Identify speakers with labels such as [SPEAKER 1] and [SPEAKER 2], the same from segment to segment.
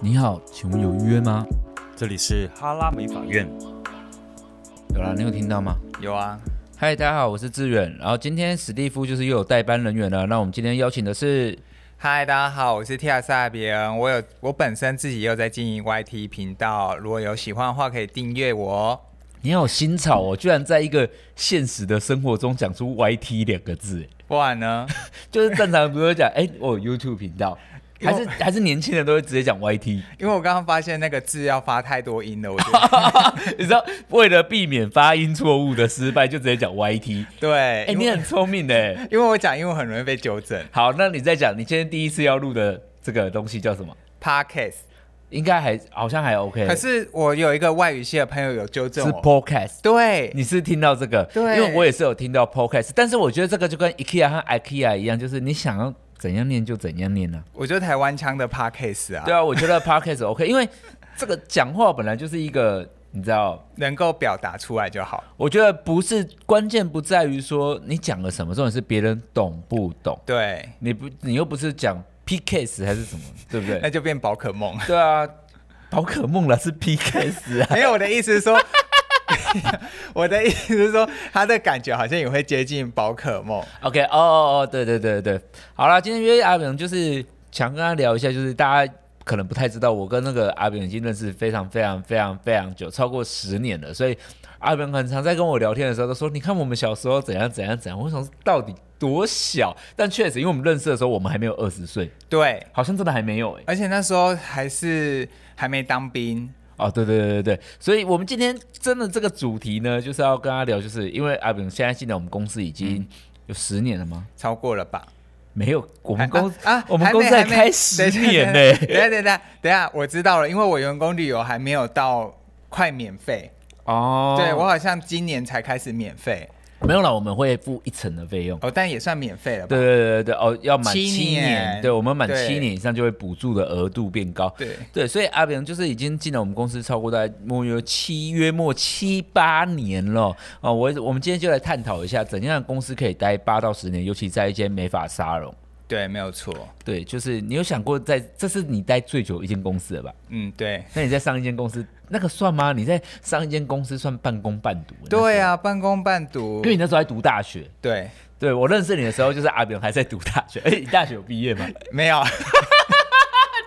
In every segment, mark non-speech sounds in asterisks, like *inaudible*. [SPEAKER 1] 你好，请问有预约吗？
[SPEAKER 2] 这里是哈拉美法院。
[SPEAKER 1] 有啦，你有听到吗？
[SPEAKER 2] 有啊，
[SPEAKER 1] 嗨，大家好，我是志远。然后今天史蒂夫就是又有代班人员了。那我们今天邀请的是，
[SPEAKER 3] 嗨，大家好，我是 T R 萨比恩。我有我本身自己也有在经营 Y T 频道，如果有喜欢的话，可以订阅我哦。
[SPEAKER 1] 你好新潮哦，居然在一个现实的生活中讲出 YT 两个字，
[SPEAKER 3] 不然呢？
[SPEAKER 1] 就是正常比如讲， *laughs* 哎、我有 YouTube 频道，还是还是年轻人都会直接讲 YT。
[SPEAKER 3] *laughs* 因为我刚刚发现那个字要发太多音了，我
[SPEAKER 1] *laughs*
[SPEAKER 3] 觉得
[SPEAKER 1] 你知道，为了避免发音错误的失败，就直接讲 YT。
[SPEAKER 3] 对，
[SPEAKER 1] 哎、
[SPEAKER 3] 因
[SPEAKER 1] 你
[SPEAKER 3] 为
[SPEAKER 1] 很聪明的。
[SPEAKER 3] 因为我讲英文很容易被纠正。
[SPEAKER 1] 好，那你再讲，你今天第一次要录的这个东西叫什么？
[SPEAKER 3] Podcast，
[SPEAKER 1] 应该还好像还 OK。
[SPEAKER 3] 可是哦我有一个外语系的朋友有纠
[SPEAKER 1] 是
[SPEAKER 3] 正我，
[SPEAKER 1] Podcast。
[SPEAKER 3] 对，
[SPEAKER 1] 你是听到这个，
[SPEAKER 3] 对
[SPEAKER 1] 因为我也是有听到 podcast，但是我觉得这个就跟 IKEA 和 IKEA 一样，就是你想要怎样念就怎样念啊。
[SPEAKER 3] 我就台湾腔的 Podcast 啊，
[SPEAKER 1] 对啊，我觉得 podcast OK，因为这个讲话本来就是一个，你知道，
[SPEAKER 3] 能够表达出来就好。
[SPEAKER 1] 我觉得不是关键不在于说你讲了什么，重点是别人懂不懂。
[SPEAKER 3] 对，
[SPEAKER 1] 你不，你又不是讲 PKS 还是什么，对不
[SPEAKER 3] 那
[SPEAKER 1] 对？
[SPEAKER 3] 就变宝可梦。
[SPEAKER 1] 对啊，宝可梦啦是 PKS 啊。
[SPEAKER 3] *laughs* 没有，我的意思是说，我的意思是说，他的感觉好像也会接近宝可梦。
[SPEAKER 1] OK，哦哦哦，对对对对，好啦，今天约阿炳就是想跟他聊一下，就是大家可能不太知道，我跟那个阿炳已经认识非常非常非常非常久，超过十年了，所以阿炳很常在跟我聊天的时候都说，你看我们小时候怎样怎样怎样，我想说到底多小，但确实，因为我们认识的时候我们还没有二十岁，
[SPEAKER 3] 对，
[SPEAKER 1] 好像真的还没有哎、
[SPEAKER 3] 而且那时候还是还没当兵，
[SPEAKER 1] 哦，对对对对对，所以我们今天真的这个主题呢，就是要跟他聊，就是因为阿炳现在进来我们公司已经有十年了吗？
[SPEAKER 3] 超过了吧？
[SPEAKER 1] 没有，我们公司
[SPEAKER 3] 啊啊
[SPEAKER 1] 我们
[SPEAKER 3] 还没
[SPEAKER 1] 公司才
[SPEAKER 3] 还没
[SPEAKER 1] 开十年呢、
[SPEAKER 3] 等一下等一下等一下，我知道了，因为我员工旅游还没有到快免费，
[SPEAKER 1] 哦，
[SPEAKER 3] 对我好像今年才开始免费，
[SPEAKER 1] 没有了，我们会付一层的费用。
[SPEAKER 3] 哦，但也算免费了吧
[SPEAKER 1] 对？对对对对，哦，要满
[SPEAKER 3] 七
[SPEAKER 1] 七年，
[SPEAKER 3] 年
[SPEAKER 1] 对我们满
[SPEAKER 3] 对
[SPEAKER 1] 七年以上就会补助的额度变高。
[SPEAKER 3] 对
[SPEAKER 1] 对，所以阿炳就是已经进了我们公司超过大概莫约七约莫七八年了哦。我我们今天就来探讨一下，怎样的公司可以待八到十年，尤其在一间美发沙龙。
[SPEAKER 3] 对，没有错，
[SPEAKER 1] 对，就是你有想过在这是你待最久一间公司了吧？
[SPEAKER 3] 嗯，对。
[SPEAKER 1] 那你在上一间公司那个算吗？你在上一间公司算半工半读？
[SPEAKER 3] 对
[SPEAKER 1] 啊，
[SPEAKER 3] 啊，半工半读
[SPEAKER 1] 因，为你那时候还读大学。
[SPEAKER 3] 对，
[SPEAKER 1] 对我认识你的时候，就是阿炳还在读大学。哎、 *laughs* 你大学有毕
[SPEAKER 3] *laughs*
[SPEAKER 1] 业吗？啊
[SPEAKER 3] 没有，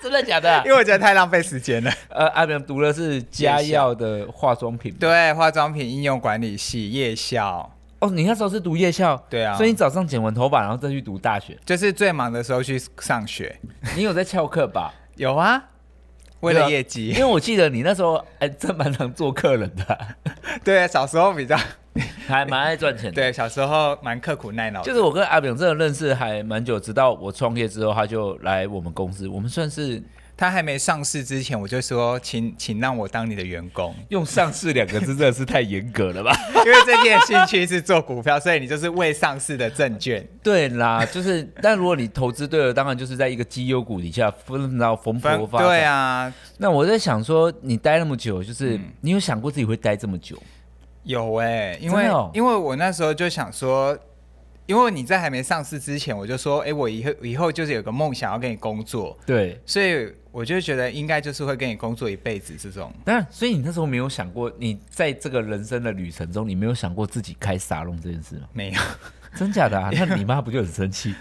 [SPEAKER 1] 真的假的啊、
[SPEAKER 3] *laughs* 因为我觉得太浪费时间了。
[SPEAKER 1] 呃，阿炳读的是嘉耀的化妆品。
[SPEAKER 3] 对，化妆品应用管理系夜校，
[SPEAKER 1] 哦，你那时候是读夜校，
[SPEAKER 3] 对啊
[SPEAKER 1] 所以你早上剪完头发，然后再去读大
[SPEAKER 3] *laughs*
[SPEAKER 1] 学。
[SPEAKER 3] 就是最忙的时候去上学。
[SPEAKER 1] 你有在翘课
[SPEAKER 3] *laughs*
[SPEAKER 1] 吧？
[SPEAKER 3] 有啊，为
[SPEAKER 1] 对
[SPEAKER 3] 了
[SPEAKER 1] 啊
[SPEAKER 3] 业
[SPEAKER 1] 因
[SPEAKER 3] 绩，
[SPEAKER 1] 为我记得你那时候哎，真蛮常做客人的啊、
[SPEAKER 3] *laughs* 对，小时候比较
[SPEAKER 1] 还蛮爱赚钱的。
[SPEAKER 3] 对，小时候蛮刻苦耐劳的。
[SPEAKER 1] 就是我跟阿炳真的认识还蛮久，直到我创业之后，他就来我们公司。我们算是
[SPEAKER 3] 他还没上市之前，我就说，请请让我当你的员工， *laughs*
[SPEAKER 1] 用“上市”两个字真的是太严格了吧？
[SPEAKER 3] 因为最近的兴趣是做股票，所以你就是未上市的证券
[SPEAKER 1] *laughs* 对啦，就是，但如果你投资对了，当然就是在一个绩优股底下分到蓬
[SPEAKER 3] 分
[SPEAKER 1] 勃发展。
[SPEAKER 3] 对，啊，
[SPEAKER 1] 那我在想说，你待那么久，就是、你有想过自己会待这么久？
[SPEAKER 3] 有哎、因为、
[SPEAKER 1] 真的哦
[SPEAKER 3] 因为我那时候就想说。因为你在还没上市之前，我就说，哎、我以后以后就是有个梦想要跟你工作，
[SPEAKER 1] 对，
[SPEAKER 3] 所以我就觉得应该就是会跟你工作一辈子这种。
[SPEAKER 1] 那所以你那时候没有想过，你在这个人生的旅程中，你没有想过自己开沙龙这件事吗？
[SPEAKER 3] 没
[SPEAKER 1] *laughs*
[SPEAKER 3] 有，
[SPEAKER 1] 真假 *laughs* 的啊？那你妈不就很生气，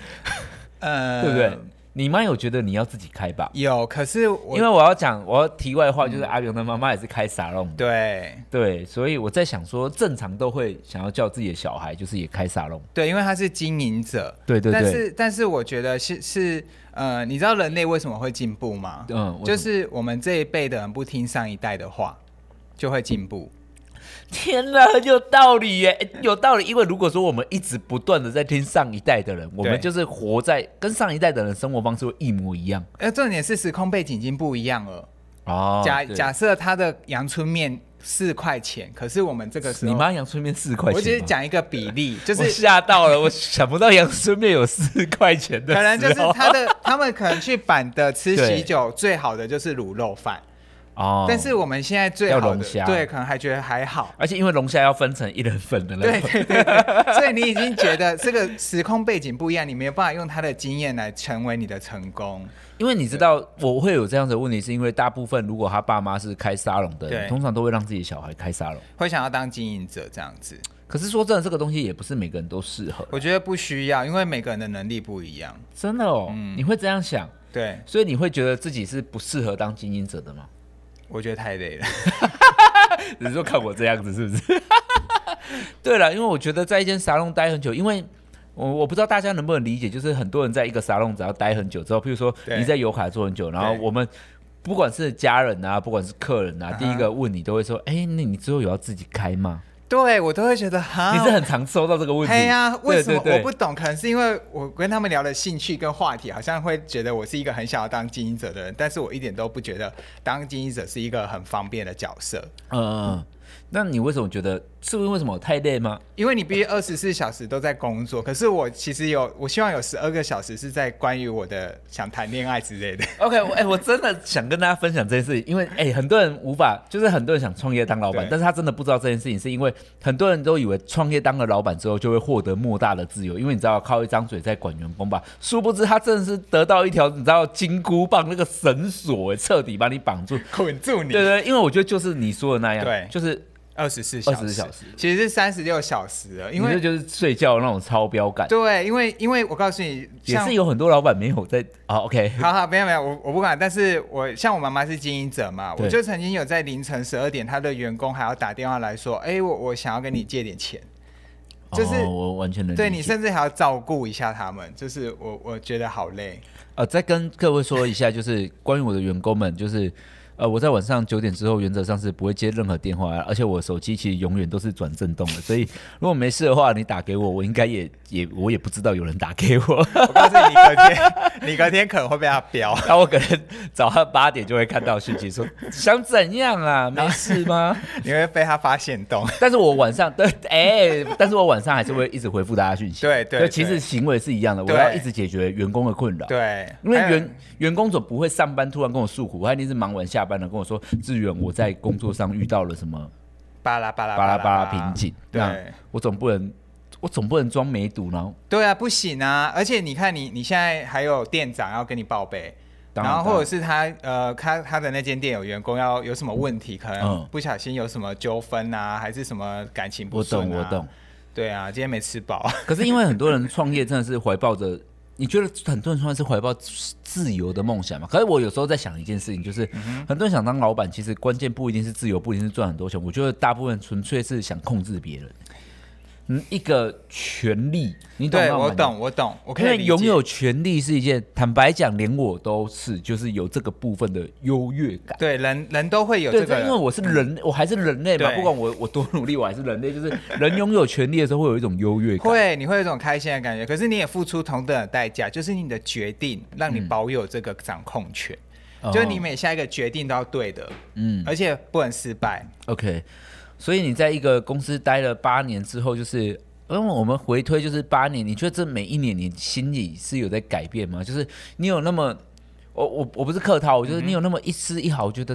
[SPEAKER 3] 呃，
[SPEAKER 1] 对不对？？你妈有觉得你要自己开吧？
[SPEAKER 3] 有，可是我
[SPEAKER 1] 因为我要讲，我要题外话，就是阿勇的妈妈也是开沙龙的，
[SPEAKER 3] 对
[SPEAKER 1] 对，所以我在想说，正常都会想要叫自己的小孩，就是也开沙龙， *laughs*
[SPEAKER 3] 对，因为他是经营者，
[SPEAKER 1] 对对对
[SPEAKER 3] 但是但是我觉得是是呃，你知道人类为什么会进步吗？
[SPEAKER 1] 嗯为什么
[SPEAKER 3] 就是我们这一辈的人不听上一代的话，就会进步。
[SPEAKER 1] 天哪，很有道理耶，诶有道理。因为如果说我们一直不断的在听上一代的人，我们就是活在跟上一代的人生活方式会一模一样
[SPEAKER 3] 呃，重点是时空背景已经不一样了。
[SPEAKER 1] 哦
[SPEAKER 3] 假假设他的阳春面四块钱，可是我们这个时候，
[SPEAKER 1] 你妈阳春面四块钱吗，哦
[SPEAKER 3] 我只是
[SPEAKER 1] *laughs*
[SPEAKER 3] 讲一个比例，就
[SPEAKER 1] 我
[SPEAKER 3] 是
[SPEAKER 1] 吓到了，我想不到阳春面有四块钱的时候，
[SPEAKER 3] *laughs* 可能就是他的他们可能去板的吃
[SPEAKER 1] 对
[SPEAKER 3] 喜酒，最好的就是卤肉饭。
[SPEAKER 1] 哦，
[SPEAKER 3] 但是我们现在最好
[SPEAKER 1] 要
[SPEAKER 3] 的
[SPEAKER 1] 龙虾
[SPEAKER 3] 对，可能还觉得
[SPEAKER 1] *laughs*
[SPEAKER 3] 还好。
[SPEAKER 1] 而且因为龙虾要分成一人份的那
[SPEAKER 3] 对
[SPEAKER 1] 种，
[SPEAKER 3] 对对对，所以你已经觉得这个时空背景不一样，你没有办法用他的经验来成为你的成功。
[SPEAKER 1] 因为你知道我会有这样子的问题，是因为大部分如果他爸妈是开沙龙的人，
[SPEAKER 3] 对
[SPEAKER 1] 通常都会让自己小孩开沙龙。
[SPEAKER 3] 会想要当经营者这样子。
[SPEAKER 1] 可是说真的，这个东西也不是每个人都适合，
[SPEAKER 3] 我觉得不需要，因为每个人的能力不一样。
[SPEAKER 1] 真的哦，你会这样想，
[SPEAKER 3] 对，
[SPEAKER 1] 所以你会觉得自己是不适合当经营者的吗？
[SPEAKER 3] 我觉得太
[SPEAKER 1] *laughs*
[SPEAKER 3] 累了。
[SPEAKER 1] 你说看我这样子是不是？ *laughs* 对了，因为我觉得在一间沙龙待很久，因为我我不知道大家能不能理解，就是很多人在一个沙龙只要待很久之后，譬如说
[SPEAKER 3] 对
[SPEAKER 1] 你在油卡做很久，然后
[SPEAKER 3] 对
[SPEAKER 1] 我们不管是家人啊，不管是客人啊，
[SPEAKER 3] 嗯哼
[SPEAKER 1] 第一个问你都会说，哎、那你之后有要自己开吗？
[SPEAKER 3] 对我都会觉得哈，
[SPEAKER 1] 你是很常收到这个问题，
[SPEAKER 3] 嘿呀、为什么
[SPEAKER 1] 对对
[SPEAKER 3] 我不懂？可能是因为我跟他们聊的兴趣跟话题，好像会觉得我是一个很想要当经营者的人，但是我一点都不觉得当经营者是一个很方便的角色，
[SPEAKER 1] 嗯嗯嗯，那你为什么觉得是不是为什么我太累吗？
[SPEAKER 3] 因为你必须二十四小时都在工作。可是我其实有，我希望有十二个小时是在关于我的想谈恋爱之类的。
[SPEAKER 1] OK，我哎、我真的想跟大家分享这件事情，因为哎、很多人无法，就是很多人想创业当老板
[SPEAKER 3] 对，
[SPEAKER 1] 但是他真的不知道这件事情，是因为很多人都以为创业当了老板之后就会获得莫大的自由，因为你知道靠一张嘴在管员工吧，殊不知他真的是得到一条你知道金箍棒那个绳索，哎彻底把你绑
[SPEAKER 3] *laughs*
[SPEAKER 1] 住。
[SPEAKER 3] 捆住你，
[SPEAKER 1] 对对，因为我觉得就是你说的那样，
[SPEAKER 3] 对
[SPEAKER 1] 就是
[SPEAKER 3] 二十四小时，
[SPEAKER 1] 24小时
[SPEAKER 3] 其实是三十六小时了，因
[SPEAKER 1] 你这
[SPEAKER 3] 为
[SPEAKER 1] 就是睡觉那种超标感，
[SPEAKER 3] 对，因为因为我告诉你，
[SPEAKER 1] 也
[SPEAKER 3] 像
[SPEAKER 1] 是有很多老板没有在啊。OK， *laughs*
[SPEAKER 3] 好好，没有没有，我我不管。但是我像我妈妈是经营者嘛，
[SPEAKER 1] 对
[SPEAKER 3] 我就曾经有在凌晨十二点，她的员工还要打电话来说，哎、我我想要跟你借点钱，就是、
[SPEAKER 1] 哦我完全能
[SPEAKER 3] 对
[SPEAKER 1] 理
[SPEAKER 3] 你
[SPEAKER 1] 解
[SPEAKER 3] 甚至还要照顾一下他们，就是我我觉得好累。 *laughs*
[SPEAKER 1] 呃，再跟各位说一下，就是关于我的员工们，就是呃，我在晚上九点之后，原则上是不会接任何电话，而且我手机其实永远都是转震动的，所以如果没事的话，你打给我，我应该也也我也不知道有人打给我， *laughs*
[SPEAKER 3] 我告诉你，你隔天 *laughs* 你隔天可能会被他飙。 *laughs*
[SPEAKER 1] 然后我可能早上八点就会看到讯息说想怎样啊，没事吗？
[SPEAKER 3] 你会被他发
[SPEAKER 1] *laughs*
[SPEAKER 3] 现动，
[SPEAKER 1] 但是我晚上对，哎、但是我晚上还是会一直回复大家讯息，
[SPEAKER 3] 对对
[SPEAKER 1] 所以其
[SPEAKER 3] 对
[SPEAKER 1] 实行为是一样的，我
[SPEAKER 3] 对
[SPEAKER 1] 要一直解决员工的困扰，
[SPEAKER 3] 对，
[SPEAKER 1] 因为
[SPEAKER 3] 还有
[SPEAKER 1] 员员工总不会上班突然跟我诉苦，他一定是忙完下班了跟我说，志远，我在工作上遇到了什么
[SPEAKER 3] 巴拉巴拉
[SPEAKER 1] 巴拉巴拉瓶颈，那
[SPEAKER 3] 对。
[SPEAKER 1] 我总不能我总不能装没读然后
[SPEAKER 3] 对啊，不行啊！而且你看你，你现在还有店长要跟你报备，
[SPEAKER 1] 当
[SPEAKER 3] 然
[SPEAKER 1] 然
[SPEAKER 3] 后或者是他呃，他他的那间店有员工要有什么问题，可能
[SPEAKER 1] 嗯
[SPEAKER 3] 不小心有什么纠纷啊，还是什么感情不
[SPEAKER 1] 我
[SPEAKER 3] 顺、
[SPEAKER 1] 懂
[SPEAKER 3] 啊、
[SPEAKER 1] 我懂。。
[SPEAKER 3] 对啊，今天没
[SPEAKER 1] *laughs*
[SPEAKER 3] 吃饱，
[SPEAKER 1] 可是因为很多人创业真的是怀抱着，你觉得很多人创业是怀抱自由的梦想嘛？可是我有时候在想一件事情，就是、
[SPEAKER 3] 嗯
[SPEAKER 1] 很多人想当老板，其实关键不一定是自由，不一定是赚很多钱，我觉得大部分纯粹是想控制别人。嗯，一个权利，你懂
[SPEAKER 3] 对
[SPEAKER 1] 吗？
[SPEAKER 3] 我懂我懂，我
[SPEAKER 1] 因
[SPEAKER 3] 可以
[SPEAKER 1] 为
[SPEAKER 3] 理解
[SPEAKER 1] 拥有权利是一件，坦白讲，连我都是，就是有这个部分的优越感。
[SPEAKER 3] 对人人都会有
[SPEAKER 1] 对，
[SPEAKER 3] 这
[SPEAKER 1] 这
[SPEAKER 3] 个嗯
[SPEAKER 1] 因为我是人，我还是人类嘛，
[SPEAKER 3] 对
[SPEAKER 1] 不管我我多努力，我还是人类。就是人拥有权利的时候，会有一种优越感。
[SPEAKER 3] 会，啊你会有一种开心的感觉，可是你也付出同等的代价，就是你的决定让你保有这个掌控权，
[SPEAKER 1] 哦
[SPEAKER 3] 就是你每下一个决定都要对的，
[SPEAKER 1] 嗯
[SPEAKER 3] 而且不能失败。
[SPEAKER 1] ，OK。所以你在一个公司待了八年之后，就是因为我们回推就是八年，你觉得这每一年你心里是有在改变吗？就是你有那么，我我我不是客套，我就是你有那么一丝一毫，觉得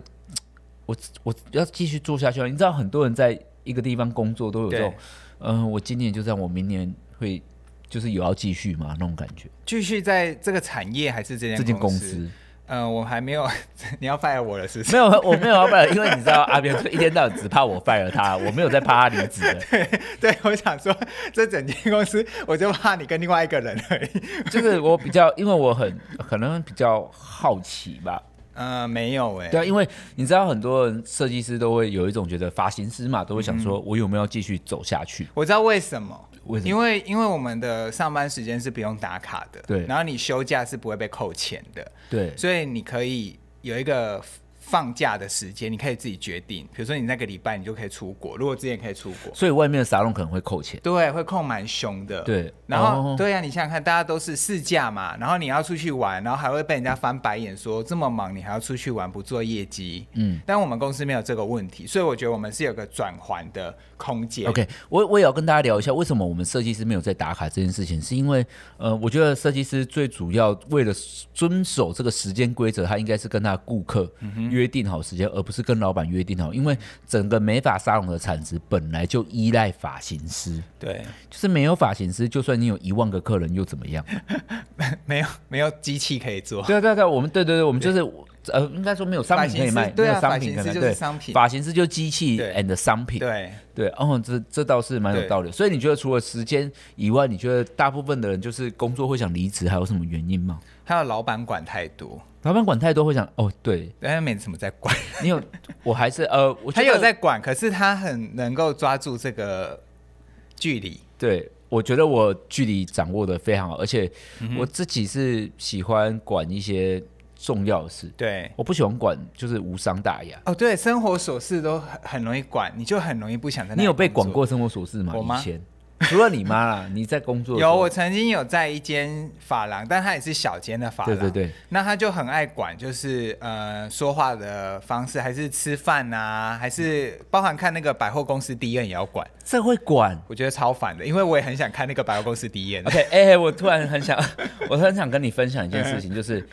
[SPEAKER 1] 我我要继续做下去吗。你知道很多人在一个地方工作都有这种
[SPEAKER 3] 对，
[SPEAKER 1] 嗯、我今年就这样，我明年会就是有要继续吗？那种感觉。
[SPEAKER 3] 继续在这个产业还是这间
[SPEAKER 1] 这间公司？
[SPEAKER 3] 嗯、我还没有， *laughs* 你要 fire 我了是不是？
[SPEAKER 1] 没有，我没有要 fire，因为你知道阿边就一天到晚只怕我 fire 他，我没有在怕他离职的。
[SPEAKER 3] *laughs* 对，我想说这整间公司，我就怕你跟另外一个人而已。
[SPEAKER 1] 就是我比较，因为我很可能比较好奇吧。
[SPEAKER 3] 嗯、没有哎、
[SPEAKER 1] 对啊，因为你知道很多人设计师都会有一种觉得发型师嘛，都会想
[SPEAKER 3] 嗯
[SPEAKER 1] 说我有没有继续走下去？
[SPEAKER 3] 我知道为什么，
[SPEAKER 1] 为什么
[SPEAKER 3] 因为因为我们的上班时间是不用打卡的，
[SPEAKER 1] 对
[SPEAKER 3] 然后你休假是不会被扣钱的，
[SPEAKER 1] 对，
[SPEAKER 3] 所以你可以有一个。放假的时间你可以自己决定，比如说你那个礼拜你就可以出国，如果之前可以出国，
[SPEAKER 1] 所以外面的沙龙可能会扣钱。
[SPEAKER 3] 对，会控蛮凶的。
[SPEAKER 1] 对
[SPEAKER 3] 呃然后、
[SPEAKER 1] 哦
[SPEAKER 3] 对呀、啊你想想看，大家都是试驾嘛，然后你要出去玩，然后还会被人家翻白眼说这么忙你还要出去玩不做业绩。嗯
[SPEAKER 1] 嗯，
[SPEAKER 3] 但我们公司没有这个问题，所以我觉得我们是有个转环的空间。
[SPEAKER 1] OK，我我也要跟大家聊一下，为什么我们设计师没有在打卡这件事情，是因为呃，我觉得
[SPEAKER 3] 嗯
[SPEAKER 1] 设计师最主要为了遵守这个时间规则，他应该是跟他的顾客约约定好时间，而不是跟老板约定好，因为整个美发沙龙的产值本来就依赖发型师，
[SPEAKER 3] 对， *laughs*
[SPEAKER 1] 就是没有发型师，就算你有一万个客人又怎么样？
[SPEAKER 3] 没有没有机器可以做，
[SPEAKER 1] 对啊，对啊，对啊，我们对对对，我们就是呃，应该说没有商品可以
[SPEAKER 3] 发型
[SPEAKER 1] 卖，
[SPEAKER 3] 师对啊
[SPEAKER 1] 没有商品可以卖，
[SPEAKER 3] 发型师就是
[SPEAKER 1] 对
[SPEAKER 3] 商品
[SPEAKER 1] 发型师就是机器
[SPEAKER 3] 对
[SPEAKER 1] and 商品，
[SPEAKER 3] 对，
[SPEAKER 1] 对，哦，这这倒是蛮有
[SPEAKER 3] 对
[SPEAKER 1] 道理。所以你觉得除了时间以外，你觉得大部分的人就是工作会想离职，还有什么原因吗？
[SPEAKER 3] 还有老板管太多，
[SPEAKER 1] 老板管太多会想，哦，对
[SPEAKER 3] 但他没怎么在管，
[SPEAKER 1] 你有， *laughs* 我还是呃，我觉
[SPEAKER 3] 他
[SPEAKER 1] 得
[SPEAKER 3] 有在管，可是他很能够抓住这个距离，
[SPEAKER 1] 对，我觉得我距离掌握的非常好，而且
[SPEAKER 3] 嗯
[SPEAKER 1] 我自己是喜欢管一些重要的事，
[SPEAKER 3] 对。
[SPEAKER 1] 我不喜欢管就是无伤大雅。
[SPEAKER 3] 哦，对，生活琐事都很很容易管，你就很容易不想在那里
[SPEAKER 1] 你有被
[SPEAKER 3] 工
[SPEAKER 1] 管
[SPEAKER 3] 作
[SPEAKER 1] 过生活琐事吗？
[SPEAKER 3] 我吗
[SPEAKER 1] 以前除了你妈啦，你在工作的时
[SPEAKER 3] 有，
[SPEAKER 1] 候
[SPEAKER 3] 我曾经有在一间发廊，但它也是小间的发廊。
[SPEAKER 1] 对对对。
[SPEAKER 3] 那他就很爱管，就是呃说话的方式，还是吃饭啊，还是包含看那个百货公司第一眼也要管，
[SPEAKER 1] 这会管。
[SPEAKER 3] 我觉得超烦的，因为我也很想看那个百货公司第一眼。
[SPEAKER 1] *laughs* OK，哎、我突然很想，我很想跟你分享一件事情，就是，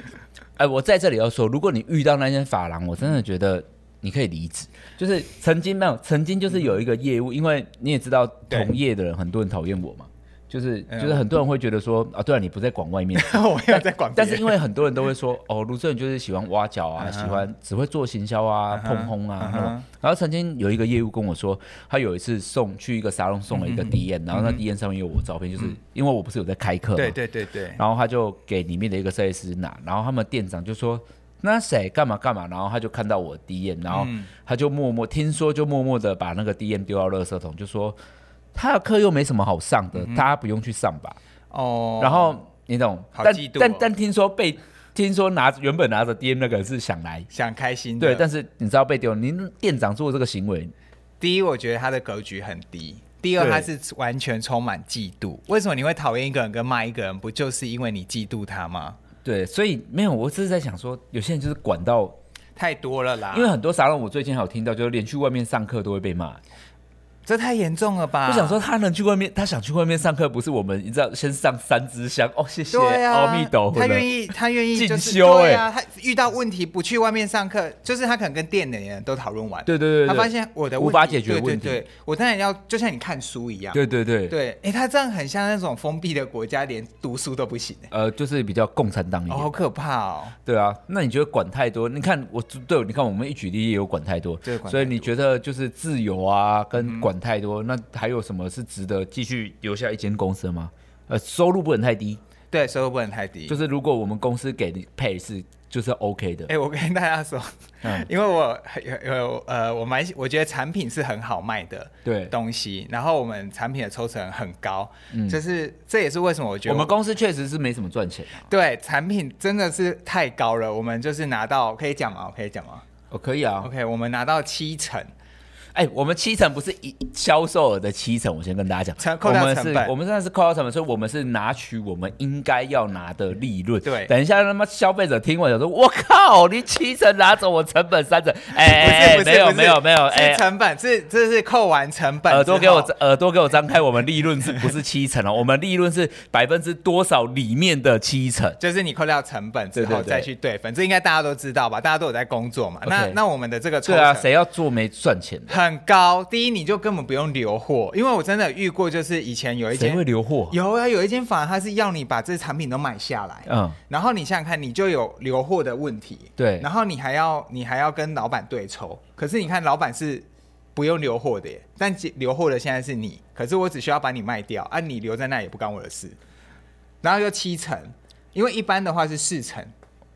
[SPEAKER 1] 哎、我在这里要说，如果你遇到那间发廊，我真的觉得你可以离职。就是曾经没有，曾经就是有一个业务，因为你也知道，
[SPEAKER 3] 对
[SPEAKER 1] 同业的人很多人讨厌我嘛，就是
[SPEAKER 3] 嗯
[SPEAKER 1] 就是很多人会觉得说，啊，对啊，你不在管外面，
[SPEAKER 3] *laughs* 我没有在管别
[SPEAKER 1] 但
[SPEAKER 3] 人，
[SPEAKER 1] 是因为很多人都会说，哦，卢正就是喜欢挖角啊，
[SPEAKER 3] 嗯哼
[SPEAKER 1] 喜欢只会做行销啊、
[SPEAKER 3] 嗯哼
[SPEAKER 1] 碰轰啊
[SPEAKER 3] 嗯哼
[SPEAKER 1] 那种。然后曾经有一个业务跟我说，他有一次送去一个沙龙送了一个
[SPEAKER 3] 嗯
[SPEAKER 1] D N，然后那 D N 上面有我照片，就是因为我不是有在开课嘛，
[SPEAKER 3] *laughs* 对对对对，
[SPEAKER 1] 然后他就给里面的一个设计师拿，然后他们店长就说。那谁干嘛干嘛？然后他就看到我 D N，然后
[SPEAKER 3] 嗯
[SPEAKER 1] 他就默默听说，就默默的把那个 D N 丢到垃圾桶，就说他的课又没什么好上
[SPEAKER 3] 嗯
[SPEAKER 1] 的，大家不用去上吧。
[SPEAKER 3] 哦，
[SPEAKER 1] 然后你懂，
[SPEAKER 3] 好
[SPEAKER 1] 但
[SPEAKER 3] 嫉妒哦
[SPEAKER 1] 但但听说被听说拿原本拿着 DM 那个人是想来，
[SPEAKER 3] 想开心的
[SPEAKER 1] 对，但是你知道被丢，您店长做这个行为，
[SPEAKER 3] 第一，我觉得他的格局很低。第二，
[SPEAKER 1] 对
[SPEAKER 3] 他是完全充满嫉妒。为什么你会讨厌一个人跟骂一个人？不就是因为你嫉妒他吗？
[SPEAKER 1] 对，所以没有，我只是在想说，有些人就是管到，
[SPEAKER 3] 太多了啦，
[SPEAKER 1] 因为很多沙龙我最近还有听到，就是连去外面上课都会被骂。
[SPEAKER 3] 这太严重了吧？
[SPEAKER 1] 我想说，他能去外面，他想去外面上课，不是我们你知道先上三支香哦，谢谢，
[SPEAKER 3] 对啊，
[SPEAKER 1] 阿弥陀佛
[SPEAKER 3] 他
[SPEAKER 1] 了，
[SPEAKER 3] 愿意，他愿意就是
[SPEAKER 1] 进修哎
[SPEAKER 3] 对啊，他遇到问题不去外面上课，就是他可能跟店里的人都讨论完，
[SPEAKER 1] 对对对对
[SPEAKER 3] 他发现我的问
[SPEAKER 1] 无
[SPEAKER 3] 题
[SPEAKER 1] 法解决
[SPEAKER 3] 对对
[SPEAKER 1] 问题
[SPEAKER 3] 对我当然要就像你看书一样，
[SPEAKER 1] 对对对，
[SPEAKER 3] 对，哎、他这样很像那种封闭的国家，连读书都不行、欸，
[SPEAKER 1] 呃，就是比较共产党一
[SPEAKER 3] 哦，
[SPEAKER 1] 点。
[SPEAKER 3] 好可怕哦，
[SPEAKER 1] 对啊，那你觉得管太多？你看我对，你看我们一举例也有管太多，
[SPEAKER 3] 对管太多嗯
[SPEAKER 1] 所以你觉得就是自由啊，跟管太多，那还有什么是值得继续留下一间公司的吗？呃，收入不能太低，
[SPEAKER 3] 对，收入不能太低，
[SPEAKER 1] 就是如果我们公司给你配是就是 OK 的，
[SPEAKER 3] 哎、我跟大家说，
[SPEAKER 1] 嗯
[SPEAKER 3] 因为我有有呃，我蛮我觉得产品是很好卖的
[SPEAKER 1] 对，
[SPEAKER 3] 东西，然后我们产品的抽成很高，
[SPEAKER 1] 嗯
[SPEAKER 3] 就是这也是为什么我觉得
[SPEAKER 1] 我们公司确实是没什么赚钱啊、
[SPEAKER 3] 对，产品真的是太高了，我们就是拿到可以讲吗？我可以讲吗
[SPEAKER 1] 哦，可以啊，
[SPEAKER 3] ？OK，我们拿到七成，
[SPEAKER 1] 哎、我们七成不是一销售额的七成，我先跟大家
[SPEAKER 3] 成
[SPEAKER 1] 讲，
[SPEAKER 3] 扣掉
[SPEAKER 1] 我们
[SPEAKER 3] 成
[SPEAKER 1] 是
[SPEAKER 3] 本
[SPEAKER 1] 我们现在是扣掉成本，所以我们是拿取我们应该要拿的利润。
[SPEAKER 3] 对
[SPEAKER 1] 等一下他妈消费者听我讲说，我靠，你七成拿走我成本三成，哎、哎
[SPEAKER 3] *laughs* 不是不是
[SPEAKER 1] 没有
[SPEAKER 3] 不是
[SPEAKER 1] 没有没有，哎、
[SPEAKER 3] 是成本，是这是扣完成本之后，
[SPEAKER 1] 耳朵给我耳朵给我张开，我们利润是 *laughs* 不是七成哦？我们利润是百分之多少里面的七成？
[SPEAKER 3] 就是你扣掉成本之
[SPEAKER 1] 对
[SPEAKER 3] 后
[SPEAKER 1] 对对
[SPEAKER 3] 再去对分，这应该大家都知道吧？大家都有在工作嘛。那
[SPEAKER 1] OK
[SPEAKER 3] 那我们的这个抽
[SPEAKER 1] 对啊，
[SPEAKER 3] 成
[SPEAKER 1] 谁要做没赚钱的？
[SPEAKER 3] 很高，第一你就根本不用留货，因为我真的遇过，就是以前有一
[SPEAKER 1] 谁
[SPEAKER 3] 间
[SPEAKER 1] 会留货？
[SPEAKER 3] 有啊，有一间房它是要你把这产品都买下来，
[SPEAKER 1] 嗯，
[SPEAKER 3] 然后你想想看，你就有留货的问题，
[SPEAKER 1] 对
[SPEAKER 3] 然后你还要你还要跟老板对抽，可是你看老板是不用留货的耶，但其留货的现在是你，可是我只需要把你卖掉，啊，你留在那也不干我的事，然后又七成，因为一般的话是四成，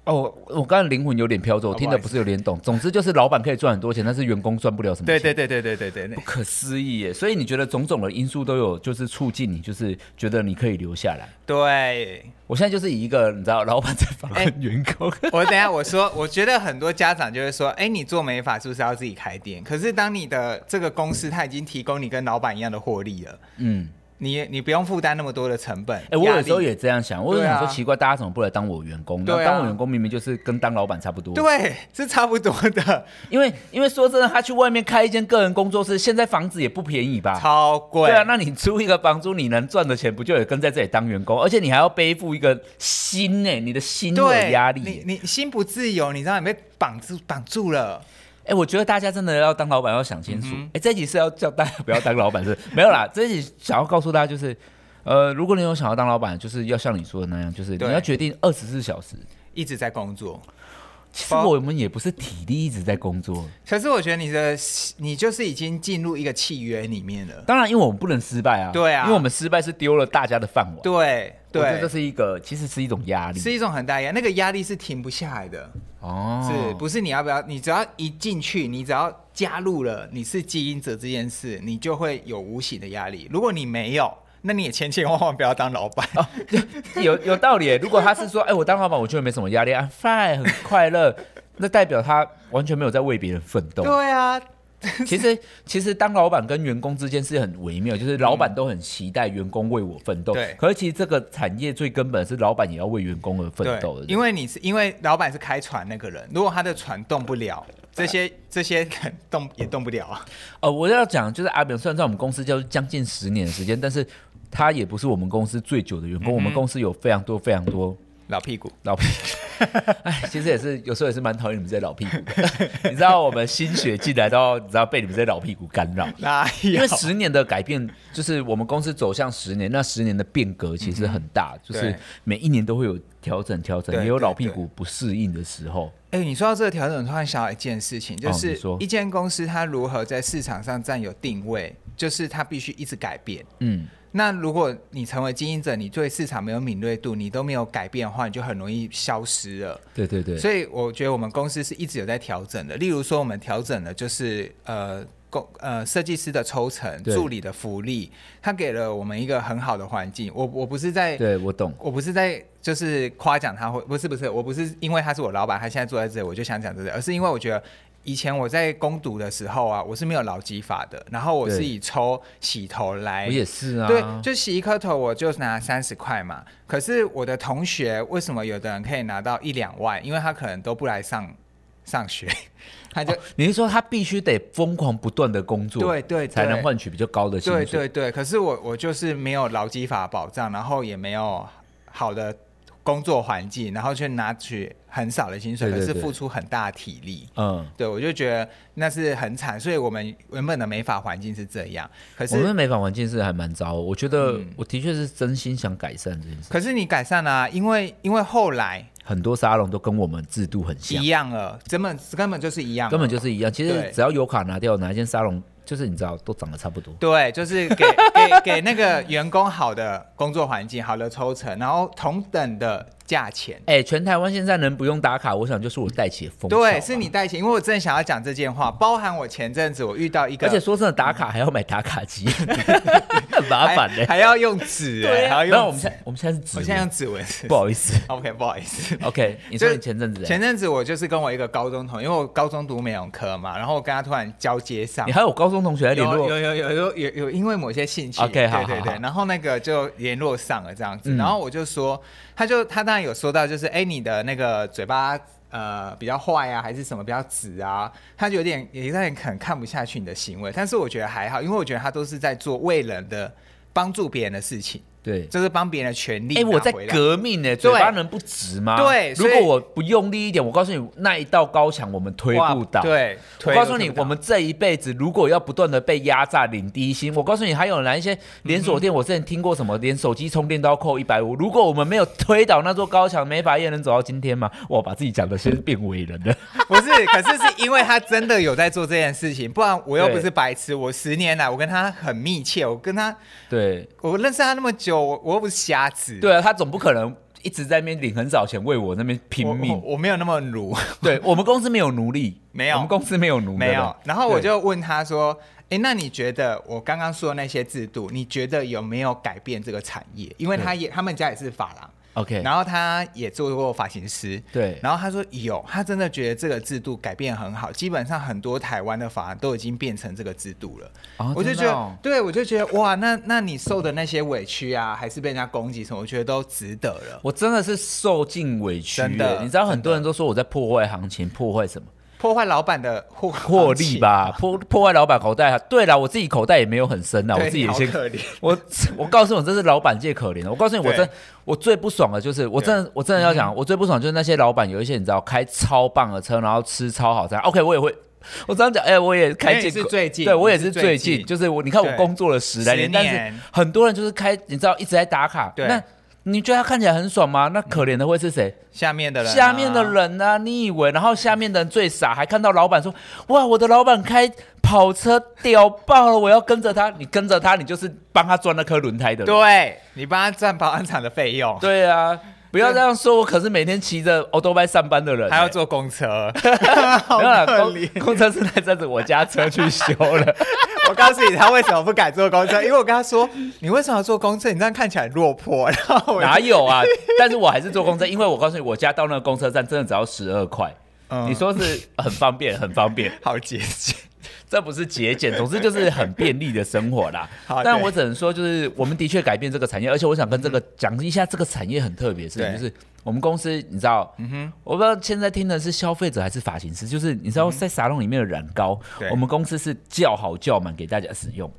[SPEAKER 1] 哦，我刚才灵魂有点飘走，我听的不是有点懂。总之就是老板可以赚很多钱，但是员工赚不了什么
[SPEAKER 3] 对
[SPEAKER 1] 钱。
[SPEAKER 3] 对对对对对对对
[SPEAKER 1] 不，可思议耶！所以你觉得种种的因素都有，就是促进你，就是觉得你可以留下来。
[SPEAKER 3] 对，
[SPEAKER 1] 我现在就是以一个你知道，老板在访
[SPEAKER 3] 哎
[SPEAKER 1] 问员
[SPEAKER 3] *laughs*
[SPEAKER 1] 工，
[SPEAKER 3] 我等一下我说，我觉得很多家长就会说，哎、你做美发是不是要自己开店？可是当你的这个公司它已经提供你跟老板一样的获利了，
[SPEAKER 1] 嗯，
[SPEAKER 3] 你你不用负担那么多的成本。
[SPEAKER 1] 哎、我
[SPEAKER 3] 压
[SPEAKER 1] 有时候
[SPEAKER 3] 力
[SPEAKER 1] 也这样想，我就想说
[SPEAKER 3] 对啊
[SPEAKER 1] 奇怪，大家怎么不来当我员工？呢？
[SPEAKER 3] 对啊
[SPEAKER 1] 当我员工明明就是跟当老板差不多。，
[SPEAKER 3] *laughs* 对是差不多的，
[SPEAKER 1] 因为因为说真的，他去外面开一间个人工作室，现在房子也不便宜吧？
[SPEAKER 3] 超贵。
[SPEAKER 1] 对啊，那你租一个房租，你能赚的钱不就也跟在这里当员工，而且你还要背负一个心呢、你的心会有
[SPEAKER 3] 对
[SPEAKER 1] 压力、
[SPEAKER 3] 你
[SPEAKER 1] 欸。
[SPEAKER 3] 你心不自由，你知道你被绑住绑住了。
[SPEAKER 1] 哎、我觉得大家真的要当老板要想
[SPEAKER 3] 嗯
[SPEAKER 1] 清楚。哎、这一集是要叫大家不要当老板是不是没有啦，这一集想要告诉大家就是，呃，如果你有想要当老板，就是要像你说的那样，就是你
[SPEAKER 3] 对
[SPEAKER 1] 要决定二十四小时。
[SPEAKER 3] 一直在工作，
[SPEAKER 1] 其实我们也不是体力一直在工作，
[SPEAKER 3] 可是我觉得你的你就是已经进入一个契约里面了。
[SPEAKER 1] 当然因为我们不能失败啊，
[SPEAKER 3] 对啊
[SPEAKER 1] 因为我们失败是丢了大家的饭碗。
[SPEAKER 3] 对
[SPEAKER 1] 我觉得
[SPEAKER 3] 对
[SPEAKER 1] 这，是一个其实是一种压力，
[SPEAKER 3] 是一种很大压力，那个压力是停不下来的。
[SPEAKER 1] 哦，
[SPEAKER 3] 是不是你要不要？你只要一进去，你只要加入了你是基因者这件事，你就会有无形的压力。如果你没有，那你也千千万万不要当老板。
[SPEAKER 1] 有有道理耶。如果他是说，哎、我当老板，我觉得没什么压力，I'm fine，很快乐，那代表他完全没有在为别人奋斗。
[SPEAKER 3] 对啊， *laughs*
[SPEAKER 1] 其实，其实当老板跟员工之间是很微妙，就是老板都很期待员工为我奋斗，
[SPEAKER 3] 对
[SPEAKER 1] 可是其实这个产业最根本是老板也要为员工而奋
[SPEAKER 3] 对
[SPEAKER 1] 斗的，，
[SPEAKER 3] 因为你是因为老板是开船那个人，如果他的船动不了，这些这些人动也动不了啊。
[SPEAKER 1] 呃，我要讲就是阿扁，虽然在我们公司就是将近十年的时间，但是他也不是我们公司最久的员
[SPEAKER 3] 嗯
[SPEAKER 1] 工。我们公司有非常多非常多
[SPEAKER 3] 老屁股，
[SPEAKER 1] 老屁
[SPEAKER 3] *laughs*
[SPEAKER 1] 股，哎，其实也是有时候也是蛮讨厌你们这些老屁股的。 *laughs* 你知道我们新血进来到，你知道被你们这些老屁股干扰。
[SPEAKER 3] 那 *laughs*
[SPEAKER 1] 因为十年的改变，就是我们公司走向十年，那十年的变革其实很大，就是
[SPEAKER 3] 嗯对
[SPEAKER 1] 每一年都会有调整，调整
[SPEAKER 3] 对
[SPEAKER 1] 也有
[SPEAKER 3] 对
[SPEAKER 1] 老屁
[SPEAKER 3] 对
[SPEAKER 1] 股不适应的时候。
[SPEAKER 3] 哎、你说到这个调整，我突然想到一件事情，就
[SPEAKER 1] 哦
[SPEAKER 3] 是
[SPEAKER 1] 你说
[SPEAKER 3] 一间公司它如何在市场上占有定位，就是它必须一直改变。
[SPEAKER 1] 嗯，
[SPEAKER 3] 那如果你成为经营者，你对市场没有敏锐度，你都没有改变的话，你就很容易消失了。
[SPEAKER 1] 对对对。
[SPEAKER 3] 所以我觉得我们公司是一直有在调整的。例如说，我们调整了就是呃工呃设计师的抽成、
[SPEAKER 1] 对
[SPEAKER 3] 助理的福利，它给了我们一个很好的环境。我我不是在
[SPEAKER 1] 对，我懂。
[SPEAKER 3] 我不是在就是夸奖他，或不是不是，我不是因为他是我老板，他现在坐在这里，我就想讲这个，而是因为我觉得以前我在攻读的时候啊，我是没有劳基法的，然后我是
[SPEAKER 1] 对
[SPEAKER 3] 以抽洗头来，
[SPEAKER 1] 我也是啊。
[SPEAKER 3] 哎对，就洗一颗头我就拿三十块嘛。可是我的同学为什么有的人可以拿到一两万？因为他可能都不来上上学， *laughs* 他就、
[SPEAKER 1] 哦你是说他必须得疯狂不断的工作，
[SPEAKER 3] 对对对
[SPEAKER 1] 才能换取比较高的 *laughs* 薪
[SPEAKER 3] 对
[SPEAKER 1] 水？
[SPEAKER 3] 对对，可是我我就是没有劳基法保障，然后也没有好的工作环境，然后去拿取很少的薪水，
[SPEAKER 1] 对对
[SPEAKER 3] 可
[SPEAKER 1] 对
[SPEAKER 3] 是付出很大的体力。
[SPEAKER 1] 嗯，
[SPEAKER 3] 对，我就觉得那是很惨，所以我们原本的美法环境是这样，可
[SPEAKER 1] 我
[SPEAKER 3] 是
[SPEAKER 1] 们美发环境是还蛮糟的，我觉得
[SPEAKER 3] 嗯
[SPEAKER 1] 我的确是真心想改善这件事。
[SPEAKER 3] 可是你改善了、啊，因为因为后来
[SPEAKER 1] 很多沙龙都跟我们制度很像
[SPEAKER 3] 一，样了，根本根本就是一样了，
[SPEAKER 1] 根本就是一样。其实
[SPEAKER 3] 对
[SPEAKER 1] 只要油卡拿掉，哪一间沙龙就是你知道都长得差不多。
[SPEAKER 3] 对，就是
[SPEAKER 1] *laughs*
[SPEAKER 3] 给给给那个员工好的工作环境、好的抽成，然后同等的价钱。
[SPEAKER 1] 哎、全台湾现在能不用打卡，我想就是我带起的风潮吧
[SPEAKER 3] 对，是你。带钱，因为我真的想要讲这件话，包含我前阵子我遇到一个，
[SPEAKER 1] 而且说真的，打卡还要买打卡机， *laughs* 很麻
[SPEAKER 3] 还
[SPEAKER 1] 烦呢、
[SPEAKER 3] 还要用
[SPEAKER 1] *laughs*
[SPEAKER 3] 纸、哎还要
[SPEAKER 1] 然后
[SPEAKER 3] 用
[SPEAKER 1] 我们现在我们现在是指
[SPEAKER 3] 我
[SPEAKER 1] 纹，
[SPEAKER 3] 现在用指纹是
[SPEAKER 1] 不好意思。
[SPEAKER 3] OK，不好意思。
[SPEAKER 1] OK，你
[SPEAKER 3] 就
[SPEAKER 1] 说
[SPEAKER 3] 是
[SPEAKER 1] 你前阵子、哎
[SPEAKER 3] 前阵子我就是跟我一个高中同，因为我高中读美容科嘛，然后我跟他突然交接上
[SPEAKER 1] 你，还有高中同学哎在联
[SPEAKER 3] 有
[SPEAKER 1] 络
[SPEAKER 3] 有有有有有有因为某些兴趣
[SPEAKER 1] OK，
[SPEAKER 3] 对
[SPEAKER 1] 好
[SPEAKER 3] 对
[SPEAKER 1] 好
[SPEAKER 3] 对
[SPEAKER 1] 好，
[SPEAKER 3] 然后那个就联络上了这样子，
[SPEAKER 1] 嗯
[SPEAKER 3] 然后我就说，他就他当然有说到，就是哎、你的那个嘴巴呃比较坏啊，还是什么比较直啊，他就有点也有点很看不下去你的行为，但是我觉得还好，因为我觉得他都是在做为人的帮助别人的事情，
[SPEAKER 1] 对，
[SPEAKER 3] 就是帮别人的权利。
[SPEAKER 1] 哎、我在
[SPEAKER 3] 隔。
[SPEAKER 1] 革命呢、嘴巴能不直吗？
[SPEAKER 3] 对
[SPEAKER 1] 如
[SPEAKER 3] 所以
[SPEAKER 1] 果我不用力一点，我告诉你，那一道高墙我们推
[SPEAKER 3] 哇
[SPEAKER 1] 不倒。，
[SPEAKER 3] 对，
[SPEAKER 1] 我
[SPEAKER 3] 推
[SPEAKER 1] 告
[SPEAKER 3] 都
[SPEAKER 1] 诉
[SPEAKER 3] 推
[SPEAKER 1] 你，
[SPEAKER 3] 不
[SPEAKER 1] 我
[SPEAKER 3] 倒
[SPEAKER 1] 们这一辈子如果要不断的被压榨领低薪，我告诉你，还有哪
[SPEAKER 3] 嗯
[SPEAKER 1] 一些连锁店，我之前听过什么，连手机充电都要扣一百五。如果我们没有推倒那座高墙，美发业能走到今天吗？我把自己讲的先变伟人
[SPEAKER 3] *laughs*
[SPEAKER 1] 了。
[SPEAKER 3] *laughs* 不是，可是是因为他真的有在做这件事情，不然我又
[SPEAKER 1] 对
[SPEAKER 3] 不是白痴。我十年来，我跟他很密切，我跟他，
[SPEAKER 1] 对，
[SPEAKER 3] 我认识他那么久，我我又不是瞎子，
[SPEAKER 1] 对啊，他总不可能一直在那边领很少钱为我那边
[SPEAKER 3] 我，
[SPEAKER 1] 拼
[SPEAKER 3] 我
[SPEAKER 1] 命。
[SPEAKER 3] 我没有那
[SPEAKER 1] *laughs*
[SPEAKER 3] 么鲁，
[SPEAKER 1] 对我们公司没有奴隶，
[SPEAKER 3] 没有
[SPEAKER 1] 我们公司没有奴，
[SPEAKER 3] 没
[SPEAKER 1] 对
[SPEAKER 3] 有
[SPEAKER 1] 吧。
[SPEAKER 3] 然后我
[SPEAKER 1] 对
[SPEAKER 3] 就问他说：“哎，那你觉得我刚刚说的那些制度，你觉得有没有改变这个产业？因为他也他们家也是发廊，
[SPEAKER 1] OK，
[SPEAKER 3] 然后他也做过发型师，
[SPEAKER 1] 对，
[SPEAKER 3] 然后他说有，他真的觉得这个制度改变很好，基本上很多台湾的法案都已经变成这个制度了。
[SPEAKER 1] 哦
[SPEAKER 3] 我就
[SPEAKER 1] 真
[SPEAKER 3] 觉
[SPEAKER 1] 的
[SPEAKER 3] 得，
[SPEAKER 1] 哦
[SPEAKER 3] 对我就觉得哇，那那你受的那些委屈啊，还是被人家攻击什么，我觉得都值得了。
[SPEAKER 1] 我真的是受尽委屈耶，
[SPEAKER 3] 真的
[SPEAKER 1] 你知道很多人都说我在破坏行情，破坏什么？
[SPEAKER 3] 破坏老板的获
[SPEAKER 1] 获利，
[SPEAKER 3] *laughs*
[SPEAKER 1] 吧，破破坏老板口袋啊。对了，我自己口袋也没有很深啊，
[SPEAKER 3] 对
[SPEAKER 1] 我自己也
[SPEAKER 3] 你好
[SPEAKER 1] 先
[SPEAKER 3] 可怜。
[SPEAKER 1] 我我告诉你，这是老板界可怜的。我告诉你，我
[SPEAKER 3] 对嗯
[SPEAKER 1] 真我最不爽的就是，我真的我真的要讲，我最不爽就是那些老板有一些你知道开超棒的车，然后吃超好餐。OK，我也会。我这样讲，哎、我也开
[SPEAKER 3] 因
[SPEAKER 1] 进
[SPEAKER 3] 为你是最近
[SPEAKER 1] 对我
[SPEAKER 3] 你
[SPEAKER 1] 也
[SPEAKER 3] 是
[SPEAKER 1] 是
[SPEAKER 3] 最
[SPEAKER 1] 最
[SPEAKER 3] 近
[SPEAKER 1] 近，就是我，你看我
[SPEAKER 3] 对
[SPEAKER 1] 工作了十来
[SPEAKER 3] 十
[SPEAKER 1] 年，但
[SPEAKER 3] 年
[SPEAKER 1] 是很多人就是开，你知道一直在打卡，
[SPEAKER 3] 对
[SPEAKER 1] 那你觉得他看起来很爽吗？那可怜的会是谁？
[SPEAKER 3] 下面的人啊、
[SPEAKER 1] 下面的人呢、你以为？然后下面的人最傻，还看到老板说：“哇，我的老板开跑车屌爆了，我要跟着他。”你跟着他，你就是帮他装那颗轮胎的人。
[SPEAKER 3] 对啊你帮他赚保安厂的费用，
[SPEAKER 1] 对啊，
[SPEAKER 3] *laughs*
[SPEAKER 1] 不要这样说，我可是每天骑着 o l d 上班的人、
[SPEAKER 3] 还要
[SPEAKER 1] 欸。
[SPEAKER 3] 坐公车， *laughs* 好
[SPEAKER 1] 没有啦，
[SPEAKER 3] 可怜。 *laughs*
[SPEAKER 1] 公公车是那阵子我家车去修了，
[SPEAKER 3] 我告诉你，他为什么不敢坐公车，因为我跟他说，你为什么要坐公车？你这样看起来很落魄。然后 *laughs* 我
[SPEAKER 1] 哪有啊？但是我还是坐公车，因为我告诉你，我家到那个公车站真的只要十二块，
[SPEAKER 3] 嗯
[SPEAKER 1] 你说是很方便，很方便。
[SPEAKER 3] 好节俭，
[SPEAKER 1] 这不是节俭，总之就是很便利的生活啦
[SPEAKER 3] *laughs* 好。
[SPEAKER 1] 但
[SPEAKER 3] 对
[SPEAKER 1] 我只能说，就是我们的确改变这个产业，而且我想跟这个讲一下这个产业很特别的事情，
[SPEAKER 3] 对嗯
[SPEAKER 1] 就是我们公司，你知道，我不知道现在听的是消费者还是发型师，就是你知道在沙龙里面的染膏
[SPEAKER 3] 对，
[SPEAKER 1] 我们公司是叫好叫满给大家使用。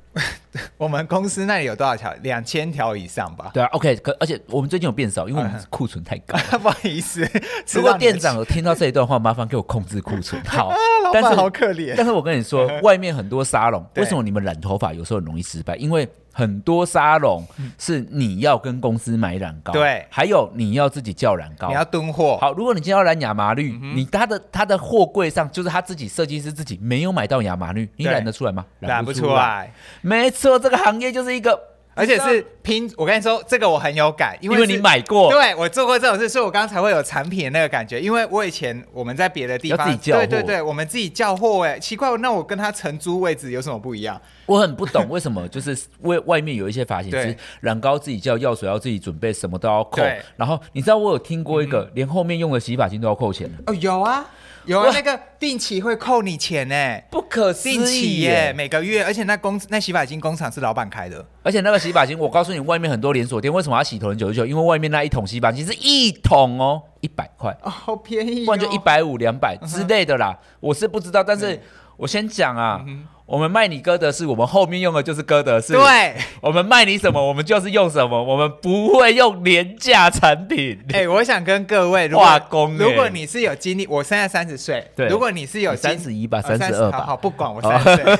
[SPEAKER 3] 我们公司那里有多少条？两千条以
[SPEAKER 1] *laughs*
[SPEAKER 3] 上吧。
[SPEAKER 1] 对啊，OK，可而且我们最近有变少，因为我们库存太
[SPEAKER 3] *laughs*
[SPEAKER 1] 高。
[SPEAKER 3] 不好意思，
[SPEAKER 1] 如
[SPEAKER 3] 吃到
[SPEAKER 1] 果
[SPEAKER 3] 嗯你的啊
[SPEAKER 1] 店长有听到这一段话，麻烦给我控制库存。
[SPEAKER 3] *laughs*
[SPEAKER 1] 好，
[SPEAKER 3] 老
[SPEAKER 1] 但
[SPEAKER 3] 板
[SPEAKER 1] 是
[SPEAKER 3] 好可怜，
[SPEAKER 1] 但是我跟你
[SPEAKER 3] *laughs*
[SPEAKER 1] 说，外面很多沙龙，
[SPEAKER 3] 对
[SPEAKER 1] 为什么你们染头发有时候很容易失败？因为很多沙龙是你要跟公司买染膏，
[SPEAKER 3] 嗯对
[SPEAKER 1] 还有你要自己叫染膏
[SPEAKER 3] 你。要嗯蹲货。
[SPEAKER 1] 好，如果你今天要染亚麻绿，你他的他的货柜上就是他自己设计师自己没有买到亚麻绿，你
[SPEAKER 3] 对
[SPEAKER 1] 染得出来吗？
[SPEAKER 3] 染不
[SPEAKER 1] 不
[SPEAKER 3] 出。来，
[SPEAKER 1] 没错，这个行业就是一个，
[SPEAKER 3] 而且是拼。我跟你说，这个我很有感，
[SPEAKER 1] 因
[SPEAKER 3] 因为
[SPEAKER 1] 为
[SPEAKER 3] 是
[SPEAKER 1] 你买过，
[SPEAKER 3] 对我做过这种事，所以我刚才会有产品的那个感觉。因为我以前我们在别的地方，
[SPEAKER 1] 要自己叫货
[SPEAKER 3] 对对对，我们自己叫货。哎，奇怪，那我跟他承租位置有什么不一样？
[SPEAKER 1] 我很不懂为 *laughs* 什么，就是为外面有一些发型师
[SPEAKER 3] 对
[SPEAKER 1] 染膏自己叫，药水要自己准备，什么都要扣
[SPEAKER 3] 对。嗯
[SPEAKER 1] 然后你知道我有听过一个，连后面用的洗发精都要扣钱的，
[SPEAKER 3] 哦，有啊，有啊
[SPEAKER 1] 哇，
[SPEAKER 3] 那个定期会扣你钱哎，
[SPEAKER 1] 不可思
[SPEAKER 3] 定期
[SPEAKER 1] 议
[SPEAKER 3] 哦耶，
[SPEAKER 1] 耶！
[SPEAKER 3] 每个月，而且那工那洗发精工厂是老板开的，
[SPEAKER 1] 而且那个洗发精，我告诉你，外面很多连锁店为什么要洗头人九十九？因为外面那一桶洗发精是一桶哦，一百块，
[SPEAKER 3] 哦，好便宜、哦，
[SPEAKER 1] 不然就一百五、两百之类的啦。我是不知道，但是我先讲啊，我们卖你哥德式，我们后面用的就是哥德式。，
[SPEAKER 3] 对。
[SPEAKER 1] 我们卖你什么，我们就是用什么，我们不会用廉价产品。
[SPEAKER 3] *laughs* 哎、我想跟各位，如果
[SPEAKER 1] 化工欸
[SPEAKER 3] 如果你是有经历，我现在三十岁，
[SPEAKER 1] 对
[SPEAKER 3] 如果你是有经
[SPEAKER 1] 31吧
[SPEAKER 3] 哦
[SPEAKER 1] 32
[SPEAKER 3] 30
[SPEAKER 1] 吧哦
[SPEAKER 3] 好好不管我三十岁。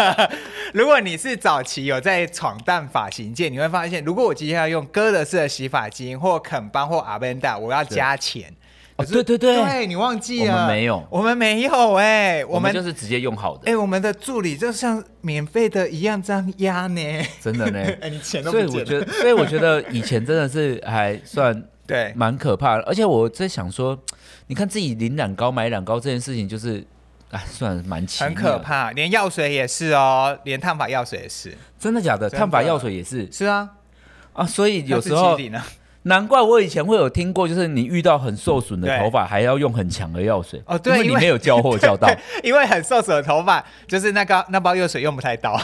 [SPEAKER 1] *laughs*
[SPEAKER 3] 如果你是早期有在闯荡发型界，你会发现，如果我今天要用哥德式的洗发精或肯邦或阿曼达，我要加钱。
[SPEAKER 1] 哦对对对
[SPEAKER 3] 对你忘记了，
[SPEAKER 1] 我们没有
[SPEAKER 3] 我们没有哎、
[SPEAKER 1] 我
[SPEAKER 3] 我
[SPEAKER 1] 们
[SPEAKER 3] 们
[SPEAKER 1] 就是直接用好
[SPEAKER 3] 哎、
[SPEAKER 1] 的，
[SPEAKER 3] 我们的助理就像免费的一样这样压呢。
[SPEAKER 1] 真 *laughs* 的呢。
[SPEAKER 3] *laughs* 哎、你钱都
[SPEAKER 1] 所
[SPEAKER 3] 不
[SPEAKER 1] 以
[SPEAKER 3] 见
[SPEAKER 1] 我
[SPEAKER 3] 了
[SPEAKER 1] 觉得，所以我觉得以前真的是还算
[SPEAKER 3] 对
[SPEAKER 1] 蛮可怕的。而且我在想说，你看自己淋染膏、买染膏这件事情，就是哎，算蛮奇妙
[SPEAKER 3] 很
[SPEAKER 1] 的
[SPEAKER 3] 可。怕，连药水也是哦，连烫发药水也是。
[SPEAKER 1] 真的假的？
[SPEAKER 3] 真的
[SPEAKER 1] 烫发药水也是
[SPEAKER 3] 是啊，
[SPEAKER 1] 啊，所以有时
[SPEAKER 3] 它是
[SPEAKER 1] 候
[SPEAKER 3] 基底呢，
[SPEAKER 1] 难怪我以前会有听过，就是你遇到很受损的
[SPEAKER 3] 对
[SPEAKER 1] 头发，还要用很强的药水
[SPEAKER 3] 哦对
[SPEAKER 1] 因为
[SPEAKER 3] 因
[SPEAKER 1] 你
[SPEAKER 3] 为
[SPEAKER 1] 没有交货
[SPEAKER 3] *laughs*
[SPEAKER 1] 交到。
[SPEAKER 3] 因为很受损的头发，就是那个那包药水用不太到。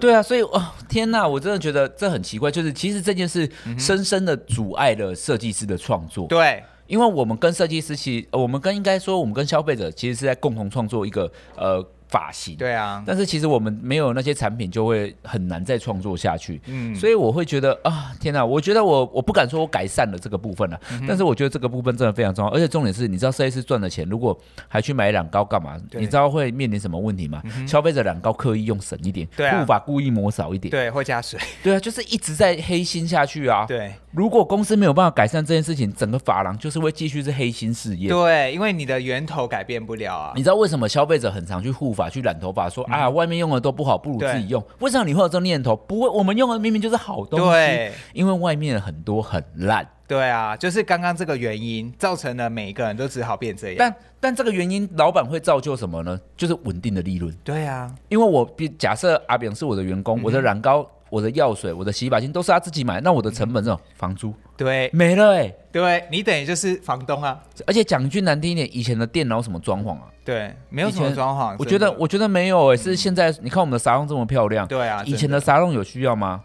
[SPEAKER 1] 对啊，所以哦，天哪，我真的觉得这很奇怪，就是其实这件事深深的阻碍了设计师的创作。
[SPEAKER 3] 嗯对，
[SPEAKER 1] 因为我们跟设计师其实，呃我们跟应该说，我们跟消费者其实是在共同创作一个呃发型。。
[SPEAKER 3] 对啊，
[SPEAKER 1] 但是其实我们没有那些产品，就会很难再创作下去。
[SPEAKER 3] 嗯，
[SPEAKER 1] 所以我会觉得啊，天哪！我觉得我我不敢说我改善了这个部分了、
[SPEAKER 3] 嗯
[SPEAKER 1] 但是我觉得这个部分真的非常重要。而且重点是，你知道设计师赚的钱，如果还去买染膏干嘛？
[SPEAKER 3] 对嗯
[SPEAKER 1] 你知道会面临什么问题吗？消费者染膏刻意用省一点，护
[SPEAKER 3] 对啊
[SPEAKER 1] 发故意抹少一点，
[SPEAKER 3] 对，会加水。
[SPEAKER 1] 对啊，就是一直在黑心下去啊。
[SPEAKER 3] 对
[SPEAKER 1] 如果公司没有办法改善这件事情，整个发廊就是会继续是黑心事业。
[SPEAKER 3] 对，因为你的源头改变不了啊
[SPEAKER 1] 你。知道为什么消费者很常去护发、去染头发，
[SPEAKER 3] 嗯
[SPEAKER 1] 说啊外面用的都不好，不如自己用？为什么你会有这种念头？不会，我们用的明明就是好东西
[SPEAKER 3] 对，
[SPEAKER 1] 因为外面很多很烂。
[SPEAKER 3] 对啊，就是刚刚这个原因造成了每一个人都只好变这样。
[SPEAKER 1] 但但这个原因，老板会造就什么呢？就是稳定的利润。
[SPEAKER 3] 对啊，嗯
[SPEAKER 1] 因为我比假设阿炳是我的员工，我的染膏我的药水、我的洗发精都是他自己买，那我的成本
[SPEAKER 3] 嗯
[SPEAKER 1] 这种房租
[SPEAKER 3] 对
[SPEAKER 1] 没了哎、
[SPEAKER 3] 对，你等于就是房东啊，
[SPEAKER 1] 而且讲句难听一点，以前的电脑什么装潢啊，
[SPEAKER 3] 对，没有
[SPEAKER 1] 以
[SPEAKER 3] 什么
[SPEAKER 1] 前
[SPEAKER 3] 装潢，
[SPEAKER 1] 我
[SPEAKER 3] 啊真
[SPEAKER 1] 觉得
[SPEAKER 3] 的
[SPEAKER 1] 我觉得没有哎、是现在你看我们的沙龙这么漂亮，
[SPEAKER 3] 对啊，
[SPEAKER 1] 以前
[SPEAKER 3] 真
[SPEAKER 1] 的沙龙有需要吗？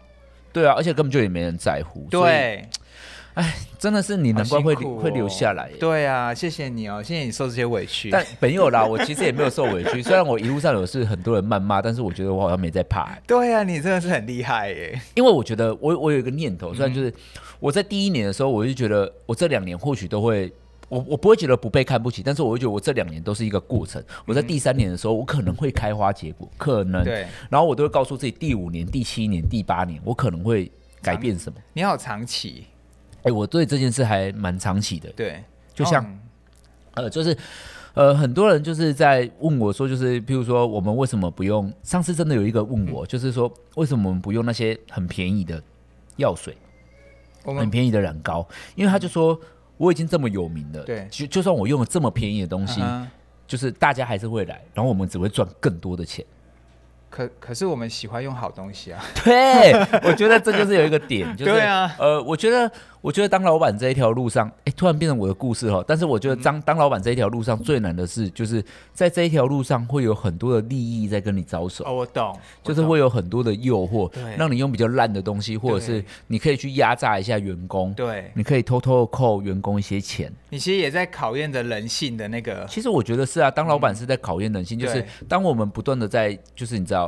[SPEAKER 1] 对啊，而且根本就也没人在乎，所以
[SPEAKER 3] 对
[SPEAKER 1] 真的是你难怪会
[SPEAKER 3] 好辛
[SPEAKER 1] 留、
[SPEAKER 3] 苦哦
[SPEAKER 1] 会留下来、欸。
[SPEAKER 3] 对啊，谢谢你哦，谢谢你受这些委屈，
[SPEAKER 1] 但没有啦，我 *laughs* 其实也没有受委屈。虽然我一路上有是很多人谩骂，但是我觉得我好像没在怕欸、
[SPEAKER 3] 对啊，你真的是很厉害耶，
[SPEAKER 1] 因为我觉得我我有一个念
[SPEAKER 3] 嗯
[SPEAKER 1] 头，虽然就是我在第一年的时候，我就觉得我这两年或许都会，我我不会觉得不被看不起，但是我会觉得我这两年都是一个过
[SPEAKER 3] 嗯
[SPEAKER 1] 程。我在第三年的时候，我可能会开花结果，可能，
[SPEAKER 3] 对
[SPEAKER 1] 然后我都会告诉自己，第五年、第七年、第八年，我可能会改变什么。
[SPEAKER 3] 你好长期，
[SPEAKER 1] 哎、我对这件事还蛮长期的，
[SPEAKER 3] 对，
[SPEAKER 1] 就像
[SPEAKER 3] 嗯
[SPEAKER 1] 呃，就是呃，很多人就是在问我说，就是譬如说，我们为什么不用？上次真的有一个问我，就是说，为什么我们不用那些很便宜的药水、
[SPEAKER 3] 我
[SPEAKER 1] 很
[SPEAKER 3] 们
[SPEAKER 1] 便宜的染膏？因为他就说。我已经这么有名了，
[SPEAKER 3] 对
[SPEAKER 1] 就就算我用了这么便宜的东西，
[SPEAKER 3] 嗯哼
[SPEAKER 1] 就是大家还是会来，然后我们只会赚更多的钱。
[SPEAKER 3] 可可是我们喜欢用好东西啊，
[SPEAKER 1] *laughs* 对，我觉得这就是有一个
[SPEAKER 3] *laughs*
[SPEAKER 1] 点，就是
[SPEAKER 3] 对啊
[SPEAKER 1] 呃，我觉得我觉得当老板这一条路上，哎，突然变成我的故事哦。但是我觉得当、
[SPEAKER 3] 嗯
[SPEAKER 1] 当老板这一条路上最难的是，就是在这一条路上会有很多的利益在跟你招手。
[SPEAKER 3] 哦，我懂，
[SPEAKER 1] 就是会有很多的诱惑
[SPEAKER 3] 对，
[SPEAKER 1] 让你用比较烂的东西，或者是
[SPEAKER 3] 对
[SPEAKER 1] 你可以去压榨一下员工，
[SPEAKER 3] 对
[SPEAKER 1] 你可以偷偷扣员工一些钱。
[SPEAKER 3] 你其实也在考验着人性的那个，
[SPEAKER 1] 其实我觉得是啊，当老板是在考验人性，就是
[SPEAKER 3] 对
[SPEAKER 1] 当我们不断的在，就是你知道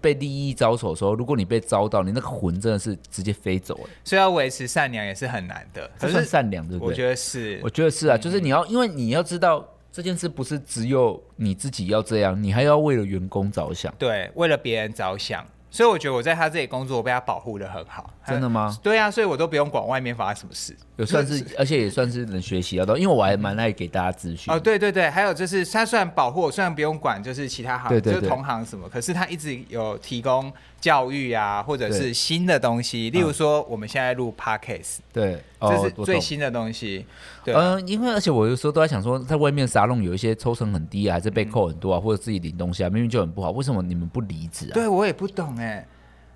[SPEAKER 1] 被利益招手的时候，如果你被招到，你那个魂真的是直接飞走、欸，
[SPEAKER 3] 所以要维持善良也是很难的，
[SPEAKER 1] 这
[SPEAKER 3] 可
[SPEAKER 1] 算
[SPEAKER 3] 是
[SPEAKER 1] 善良，对不
[SPEAKER 3] 我
[SPEAKER 1] 对？
[SPEAKER 3] 觉得嗯是
[SPEAKER 1] 我，觉得是啊，就是你要，因为你要知道这件事不是只有你自己要这样，你还要为了员工着想，
[SPEAKER 3] 对，为了别人着想，所以我觉得我在他这里工作，我被他保护的很好，
[SPEAKER 1] 真的吗？
[SPEAKER 3] 对啊，所以我都不用管外面发生什么事。
[SPEAKER 1] 有算是，而且也算是能学习到的，因为我还蛮爱给大家资讯
[SPEAKER 3] 哦，。对对对，还有就是，他虽然保护我，虽然不用管，就是其他行，
[SPEAKER 1] 对对
[SPEAKER 3] 就是
[SPEAKER 1] 对
[SPEAKER 3] 同行什么，可是他一直有提供教育啊，或者
[SPEAKER 1] 对
[SPEAKER 3] 是新的东西，例如说我们现在录 podcast，、
[SPEAKER 1] 对，
[SPEAKER 3] 这
[SPEAKER 1] 哦
[SPEAKER 3] 是，
[SPEAKER 1] 我
[SPEAKER 3] 最
[SPEAKER 1] 懂。
[SPEAKER 3] 新的东西。对啊、
[SPEAKER 1] 嗯，因为而且我有时候都在想说，在外面沙龙有一些抽成很低啊，还是
[SPEAKER 3] 嗯
[SPEAKER 1] 被扣很多啊，或者自己领东西啊，明明就很不好，为什么你们不离职啊？
[SPEAKER 3] 对我也不懂哎、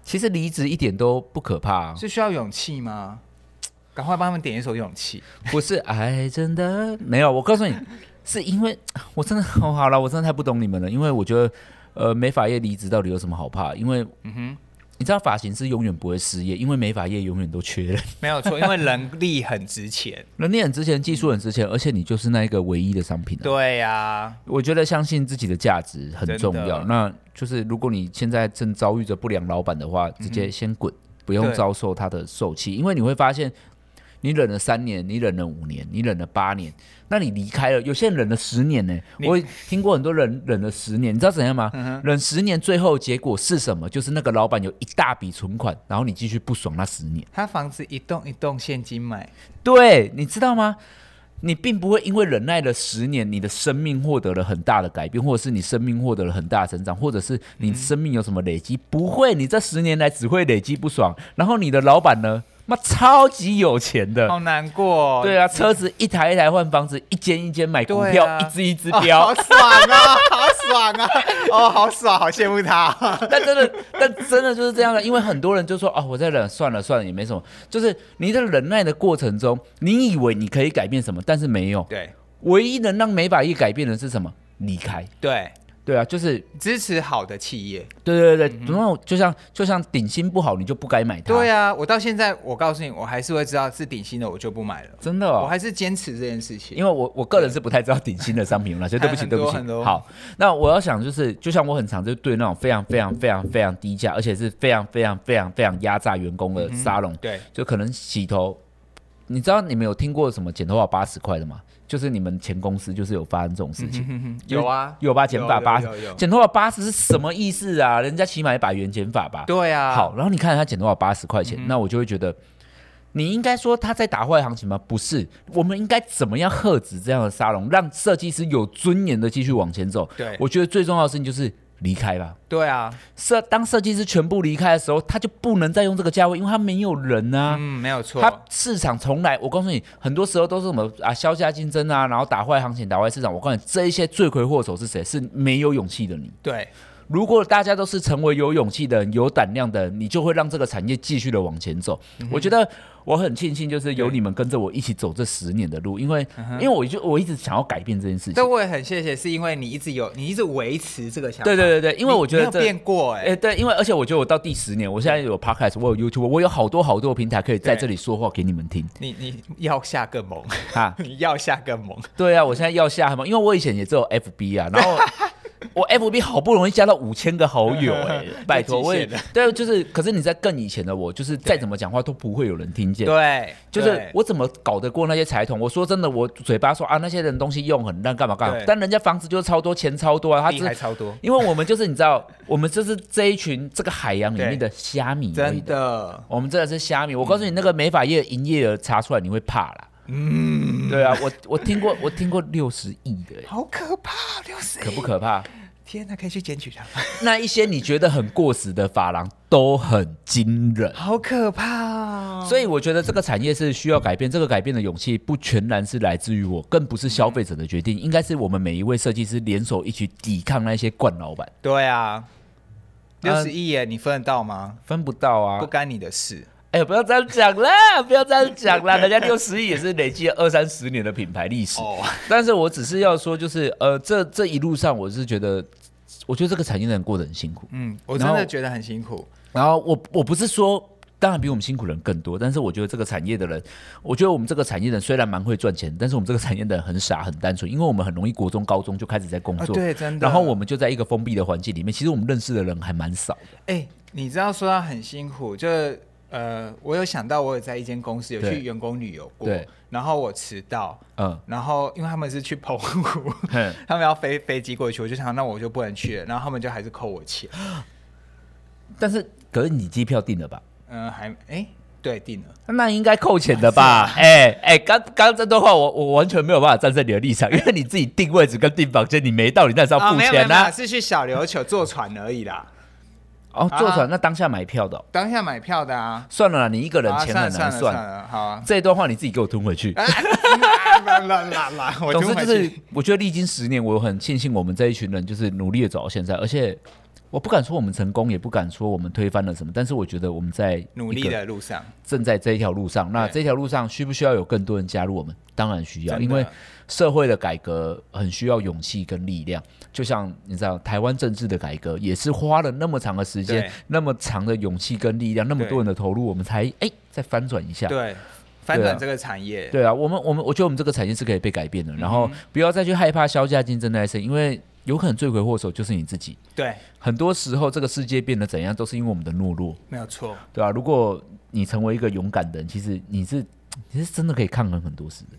[SPEAKER 1] 其实离职一点都不可怕、啊，
[SPEAKER 3] 是需要勇气吗？赶快帮他们点一首《勇气
[SPEAKER 1] *laughs* 不是爱真的没有。我告诉你，是因为 *sighs* 我真的、哦、好了，我真的太不懂你们了。因为我觉得，呃，美发业离职到底有什么好怕？因为，嗯哼，你知道发型师永远不会失业，因为美发业永远都缺人。》，
[SPEAKER 3] 没有错，因为人力很值 *laughs* 钱。
[SPEAKER 1] 能力很值钱，技术很值钱，而且你就是那一个唯一的商品、啊。
[SPEAKER 3] 对呀、啊，
[SPEAKER 1] 我觉得相信自己的价值很重
[SPEAKER 3] 真
[SPEAKER 1] 要。
[SPEAKER 3] 的
[SPEAKER 1] 那就是如果你现在正遭遇着不良老板的话，直接先滚，不用
[SPEAKER 3] 对
[SPEAKER 1] 遭受他的受气，因为你会发现，你忍了三年，你忍了五年，你忍了八年，那你离开了，有些人忍了十年呢、
[SPEAKER 3] 你嗯
[SPEAKER 1] 我也听过很多人忍了十年，你知道怎样吗？忍十年最后结果是什么？就是那个老板有一大笔存款，然后你继续不爽那十年。
[SPEAKER 3] 他房子一栋一栋现金买，
[SPEAKER 1] 对，你知道吗？你并不会因为忍耐了十年，你的生命获得了很大的改变，或者是你生命获得了很大的成长，或者是你生命有什么累积？不会，你这十年来只会累积不爽。然后你的老板呢，妈超级有钱的，
[SPEAKER 3] 好难过、哦。
[SPEAKER 1] 对啊，车子一台一台换，房子一间一间买股
[SPEAKER 3] 对
[SPEAKER 1] 票，
[SPEAKER 3] 啊
[SPEAKER 1] 一只一只
[SPEAKER 3] 哦
[SPEAKER 1] 标。
[SPEAKER 3] *laughs* 好爽啊，好爽 *laughs* 啊，哦，好爽，好羡慕他。
[SPEAKER 1] 但真的，但真的就是这样的，因为很多人就说哦，我在忍，算了算了，也没什么。就是你在忍耐的过程中，你以为你可以改变什么，但是没有。
[SPEAKER 3] 对
[SPEAKER 1] 唯一能让美法业改变的是什么？离开。
[SPEAKER 3] 对，
[SPEAKER 1] 对啊，就是
[SPEAKER 3] 支持好的企业。
[SPEAKER 1] 对对对，然后、就像就像顶薪不好，你就不该买它。
[SPEAKER 3] 嗯对
[SPEAKER 1] 啊，
[SPEAKER 3] 啊，我到现在，我告诉你，我还是会知道是顶薪的，我就不买了。
[SPEAKER 1] 真的、
[SPEAKER 3] 我
[SPEAKER 1] 哦。
[SPEAKER 3] 还是坚持这件事情。
[SPEAKER 1] 因为我我个人是不太知道顶薪的商品有哪些，对不起
[SPEAKER 3] *laughs* 很
[SPEAKER 1] 对
[SPEAKER 3] 多
[SPEAKER 1] 不起
[SPEAKER 3] 很。多
[SPEAKER 1] 好，那我要想就是，就像我很常就对那种非常非常非常非常低价，而且是非常非常非常非常压榨员工的沙龙，
[SPEAKER 3] 对，
[SPEAKER 1] 就可能洗头，你知道你们有听过什么剪头发八十块的吗？就是你们前公司就是有发生这种事情，
[SPEAKER 3] 有啊，
[SPEAKER 1] 有吧？剪发
[SPEAKER 3] 有
[SPEAKER 1] 八
[SPEAKER 3] 有有有
[SPEAKER 1] 剪头发八十是什么意思啊？人家起码一百元剪发吧。
[SPEAKER 3] 对啊，嗯
[SPEAKER 1] 好，，然后你看他剪多少八十块钱，那我就会觉得，你应该说他在打坏行情吗？不是，我们应该怎么样喝止这样的沙龙，让设计师有尊严的继续往前走？
[SPEAKER 3] 对
[SPEAKER 1] 我觉得最重要的事情就是离开吧。
[SPEAKER 3] 对啊，
[SPEAKER 1] 设当设计师全部离开的时候，他就不能再用这个价位，因为他没有人啊。
[SPEAKER 3] 嗯，没有错，
[SPEAKER 1] 他市场从来，我告诉你，很多时候都是什么啊，削价竞争啊，然后打坏行情、打坏市场。我告诉你，这一些罪魁祸首是谁？是没有勇气的你。
[SPEAKER 3] 对
[SPEAKER 1] 如果大家都是成为有勇气的人、有胆量的人，你就会让这个产业继续的往前走。
[SPEAKER 3] 嗯
[SPEAKER 1] 我觉得我很庆幸，就是有
[SPEAKER 3] 对
[SPEAKER 1] 你们跟着我一起走这十年的路，因为、因为我就我一直想要改变这件事情
[SPEAKER 3] 但。嗯我也很谢谢，是因为你一直有，你一直维持这个想法。
[SPEAKER 1] 对对对对，因为我觉
[SPEAKER 3] 你
[SPEAKER 1] 得
[SPEAKER 3] 没有
[SPEAKER 1] 这
[SPEAKER 3] 变过哎、
[SPEAKER 1] 哎、对，因为而且我觉得我到第十年，我现在有 podcast，我有 YouTube，我有好多好多平台可以在这里说话给你们听
[SPEAKER 3] 你你要下更猛，
[SPEAKER 1] 哈。
[SPEAKER 3] *laughs* 你要下更猛。
[SPEAKER 1] 对啊，我现在要下嘛，因为我以前也只有 FB 啊，
[SPEAKER 3] *laughs*
[SPEAKER 1] 然后我 FB 好不容易加到五千个好友哎、拜托，
[SPEAKER 3] 极
[SPEAKER 1] 我也
[SPEAKER 3] 限了
[SPEAKER 1] 对，啊就是可是你在更以前的我，就是再怎么讲话都不会有人听见。
[SPEAKER 3] 对，
[SPEAKER 1] 就是
[SPEAKER 3] 对
[SPEAKER 1] 我怎么搞得过那些财团？我说真的，我嘴巴说啊那些人东西用很烂，干嘛干嘛
[SPEAKER 3] 对，
[SPEAKER 1] 但人家房子就是超多，钱超多啊，他
[SPEAKER 3] 厉
[SPEAKER 1] 只
[SPEAKER 3] 害超多，
[SPEAKER 1] 因为我们就是你知道，我们就是这一群这个海洋里面的虾米而已
[SPEAKER 3] 真的，
[SPEAKER 1] 我们真的是虾米。我告诉你，那个美发业营业额查出来，你会怕啦。
[SPEAKER 3] 嗯，
[SPEAKER 1] 对啊，我我听过，我听过六十亿的、欸，
[SPEAKER 3] 好可怕，六十，
[SPEAKER 1] 可不？可怕？
[SPEAKER 3] 天哪，可以去检举他们，
[SPEAKER 1] *laughs* 那一些你觉得很过时的发廊都很惊人。
[SPEAKER 3] 好可怕哦。
[SPEAKER 1] 所以我觉得这个产业是需要改变，这个改变的勇气不全然是来自于我，更不是消费者的决定，应该是我们每一位设计师联手一起抵抗那些惯老板，
[SPEAKER 3] 对啊，六
[SPEAKER 1] 嗯
[SPEAKER 3] 十亿耶，你分得到吗？
[SPEAKER 1] 分不到啊
[SPEAKER 3] 不！干你的事。
[SPEAKER 1] *laughs* 哎呦，不要这样讲啦，不要这样讲 *laughs* 啦，人家六十亿也是累积了二三十年的品牌历史。
[SPEAKER 3] 哦，
[SPEAKER 1] 但是我只是要说，就是呃，这这一路上，我是觉得，我觉得这个产业的人过得很辛苦。
[SPEAKER 3] 嗯，我真
[SPEAKER 1] 然后
[SPEAKER 3] 的觉得很辛苦。
[SPEAKER 1] 然后我我不是说，当然比我们辛苦的人更多，但是我觉得这个产业的人，我觉得我们这个产业的人虽然蛮会赚钱，但是我们这个产业的人很傻很单纯，因为我们很容易国中高中就开始在工
[SPEAKER 3] 啊，
[SPEAKER 1] 作，
[SPEAKER 3] 对，真的。
[SPEAKER 1] 然后我们就在一个封闭的环境里面，其实我们认识的人还蛮少的。
[SPEAKER 3] 哎、你知道说到很辛苦，就呃，我有想到我有在一间公司有
[SPEAKER 1] 对
[SPEAKER 3] 去员工旅游过
[SPEAKER 1] 对，
[SPEAKER 3] 然后我迟到，
[SPEAKER 1] 嗯，
[SPEAKER 3] 然后因为他们是去澎湖，
[SPEAKER 1] 哼
[SPEAKER 3] *laughs* 他们要飞飞机过去，我就想那我就不能去了，然后他们就还是扣我钱，
[SPEAKER 1] 但是可是你机票订了
[SPEAKER 3] *laughs*
[SPEAKER 1] 吧？
[SPEAKER 3] 嗯、还哎、对定了，
[SPEAKER 1] 那应该扣钱的吧？ *laughs* 哎
[SPEAKER 3] *laughs*
[SPEAKER 1] 哎，刚刚这段话我我完全没有办法站在你的立场，因为你自己定位置跟订房间，你没到，你那是要付
[SPEAKER 3] 啊没有没
[SPEAKER 1] 钱
[SPEAKER 3] 有
[SPEAKER 1] 啊
[SPEAKER 3] 没有，
[SPEAKER 1] 呐、
[SPEAKER 3] 是去小琉球坐船而已啦，
[SPEAKER 1] 哦，坐
[SPEAKER 3] 啊
[SPEAKER 1] 船那当下买票的哦、
[SPEAKER 3] 当下买票的 *laughs* 啊，
[SPEAKER 1] 算了啦，你一个人
[SPEAKER 3] 啊，
[SPEAKER 1] 钱很
[SPEAKER 3] 算了算
[SPEAKER 1] 难
[SPEAKER 3] 了
[SPEAKER 1] 算。
[SPEAKER 3] 算了，好啊，
[SPEAKER 1] 这段话你自己给我吞回去。
[SPEAKER 3] 啊啦啦啦啦，我 *laughs*
[SPEAKER 1] 总
[SPEAKER 3] 吞
[SPEAKER 1] 之
[SPEAKER 3] 回
[SPEAKER 1] 就是
[SPEAKER 3] 去，
[SPEAKER 1] 我觉得历经十年，我很庆幸我们这一群人就是努力的走到现在，而且我不敢说我们成功，也不敢说我们推翻了什么，但是我觉得我们在
[SPEAKER 3] 努
[SPEAKER 1] 一
[SPEAKER 3] 力
[SPEAKER 1] 个
[SPEAKER 3] 的路上，
[SPEAKER 1] 正在这一条路上。那
[SPEAKER 3] 对
[SPEAKER 1] 这条路上需不需要有更多人加入我们？当然需要，
[SPEAKER 3] 真的
[SPEAKER 1] 因为社会的改革很需要勇气跟力量。就像你知道，台湾政治的改革也是花了那么长的时间
[SPEAKER 3] 对、
[SPEAKER 1] 那么长的勇气跟力量、那么
[SPEAKER 3] 对
[SPEAKER 1] 多人的投入，我们才哎再翻转一下。
[SPEAKER 3] 对，翻
[SPEAKER 1] 对啊
[SPEAKER 3] 转这个产业，
[SPEAKER 1] 对啊，我们我们我觉得我们这个产业是可以被改变的，然后不要再去害怕销价竞争那一生，因为有可能罪魁祸首就是你自己。
[SPEAKER 3] 对，
[SPEAKER 1] 很多时候，这个世界变得怎样，都是因为我们的懦弱，
[SPEAKER 3] 没有错。
[SPEAKER 1] 对啊，如果你成为一个勇敢的人，其实你是你是真的可以抗衡很多事的。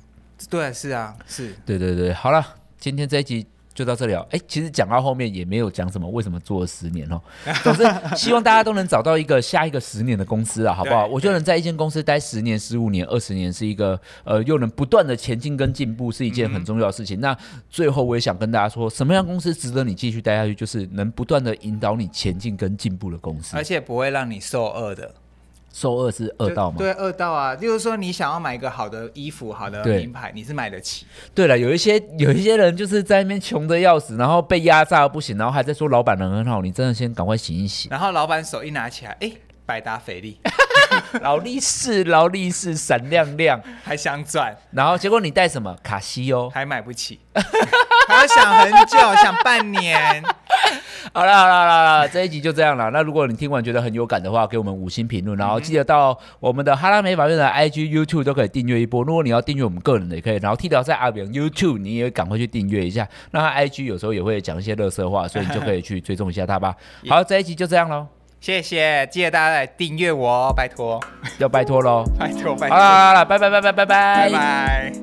[SPEAKER 3] 对，是啊，是
[SPEAKER 1] 对对对，好了，今天这一集。就到这里了。哎、其实讲到后面也没有讲什么，为什么做了十年
[SPEAKER 3] *laughs*
[SPEAKER 1] 哦。总之，希望大家都能找到一个下一个十年的公司啊，好不好？
[SPEAKER 3] 对
[SPEAKER 1] 我觉得能在一间公司待十年、十五年、二十年，是一个呃，又能不断的前进跟进步，是一件很重要的
[SPEAKER 3] 嗯
[SPEAKER 1] 事情。那最后我也想跟大家说，什么样的公司值得你继续待下去，就是能不断的引导你前进跟进步的公司
[SPEAKER 3] 而。且不会让你受饿的。
[SPEAKER 1] 受二是二道吗？
[SPEAKER 3] 对，饿到啊，就是说你想要买一个好的衣服、好的
[SPEAKER 1] 对
[SPEAKER 3] 名牌，你是买得起。
[SPEAKER 1] 对了，有一些有一些人就是在那边穷的要死，然后被压榨得不行，然后还在说老板人很好，你真的先赶快醒一
[SPEAKER 3] *laughs*
[SPEAKER 1] 醒。
[SPEAKER 3] 然后老板手一拿起来，哎、百达
[SPEAKER 1] *laughs*
[SPEAKER 3] 翡丽
[SPEAKER 1] 劳力士，劳力士闪亮亮，
[SPEAKER 3] 还想赚，
[SPEAKER 1] 然后结果你带什么？卡西哦欧。
[SPEAKER 3] *laughs* 还买不起，还要想很久，想半年。
[SPEAKER 1] 好啦好啦好啦好啦，这一集就这样了。那如果你听完觉得很有感的话，给我们五星评论，然后记得到我们的哈拉美法院的 IG、YouTube 都可以订阅一波。如果你要订阅我们个人的也可以，然后剃掉在阿扁 YouTube 你也赶快去订阅一下。那他 IG 有时候也会讲一些乐色话，所以你就可以去追踪一下他吧。好，这一集就这样喽，
[SPEAKER 3] 谢谢，记得大家来订阅我哦，拜托，
[SPEAKER 1] 要拜托喽。
[SPEAKER 3] 拜托，拜
[SPEAKER 1] 好
[SPEAKER 3] 托，
[SPEAKER 1] 啊啦好啦好啦，拜拜拜拜拜拜
[SPEAKER 3] 拜拜。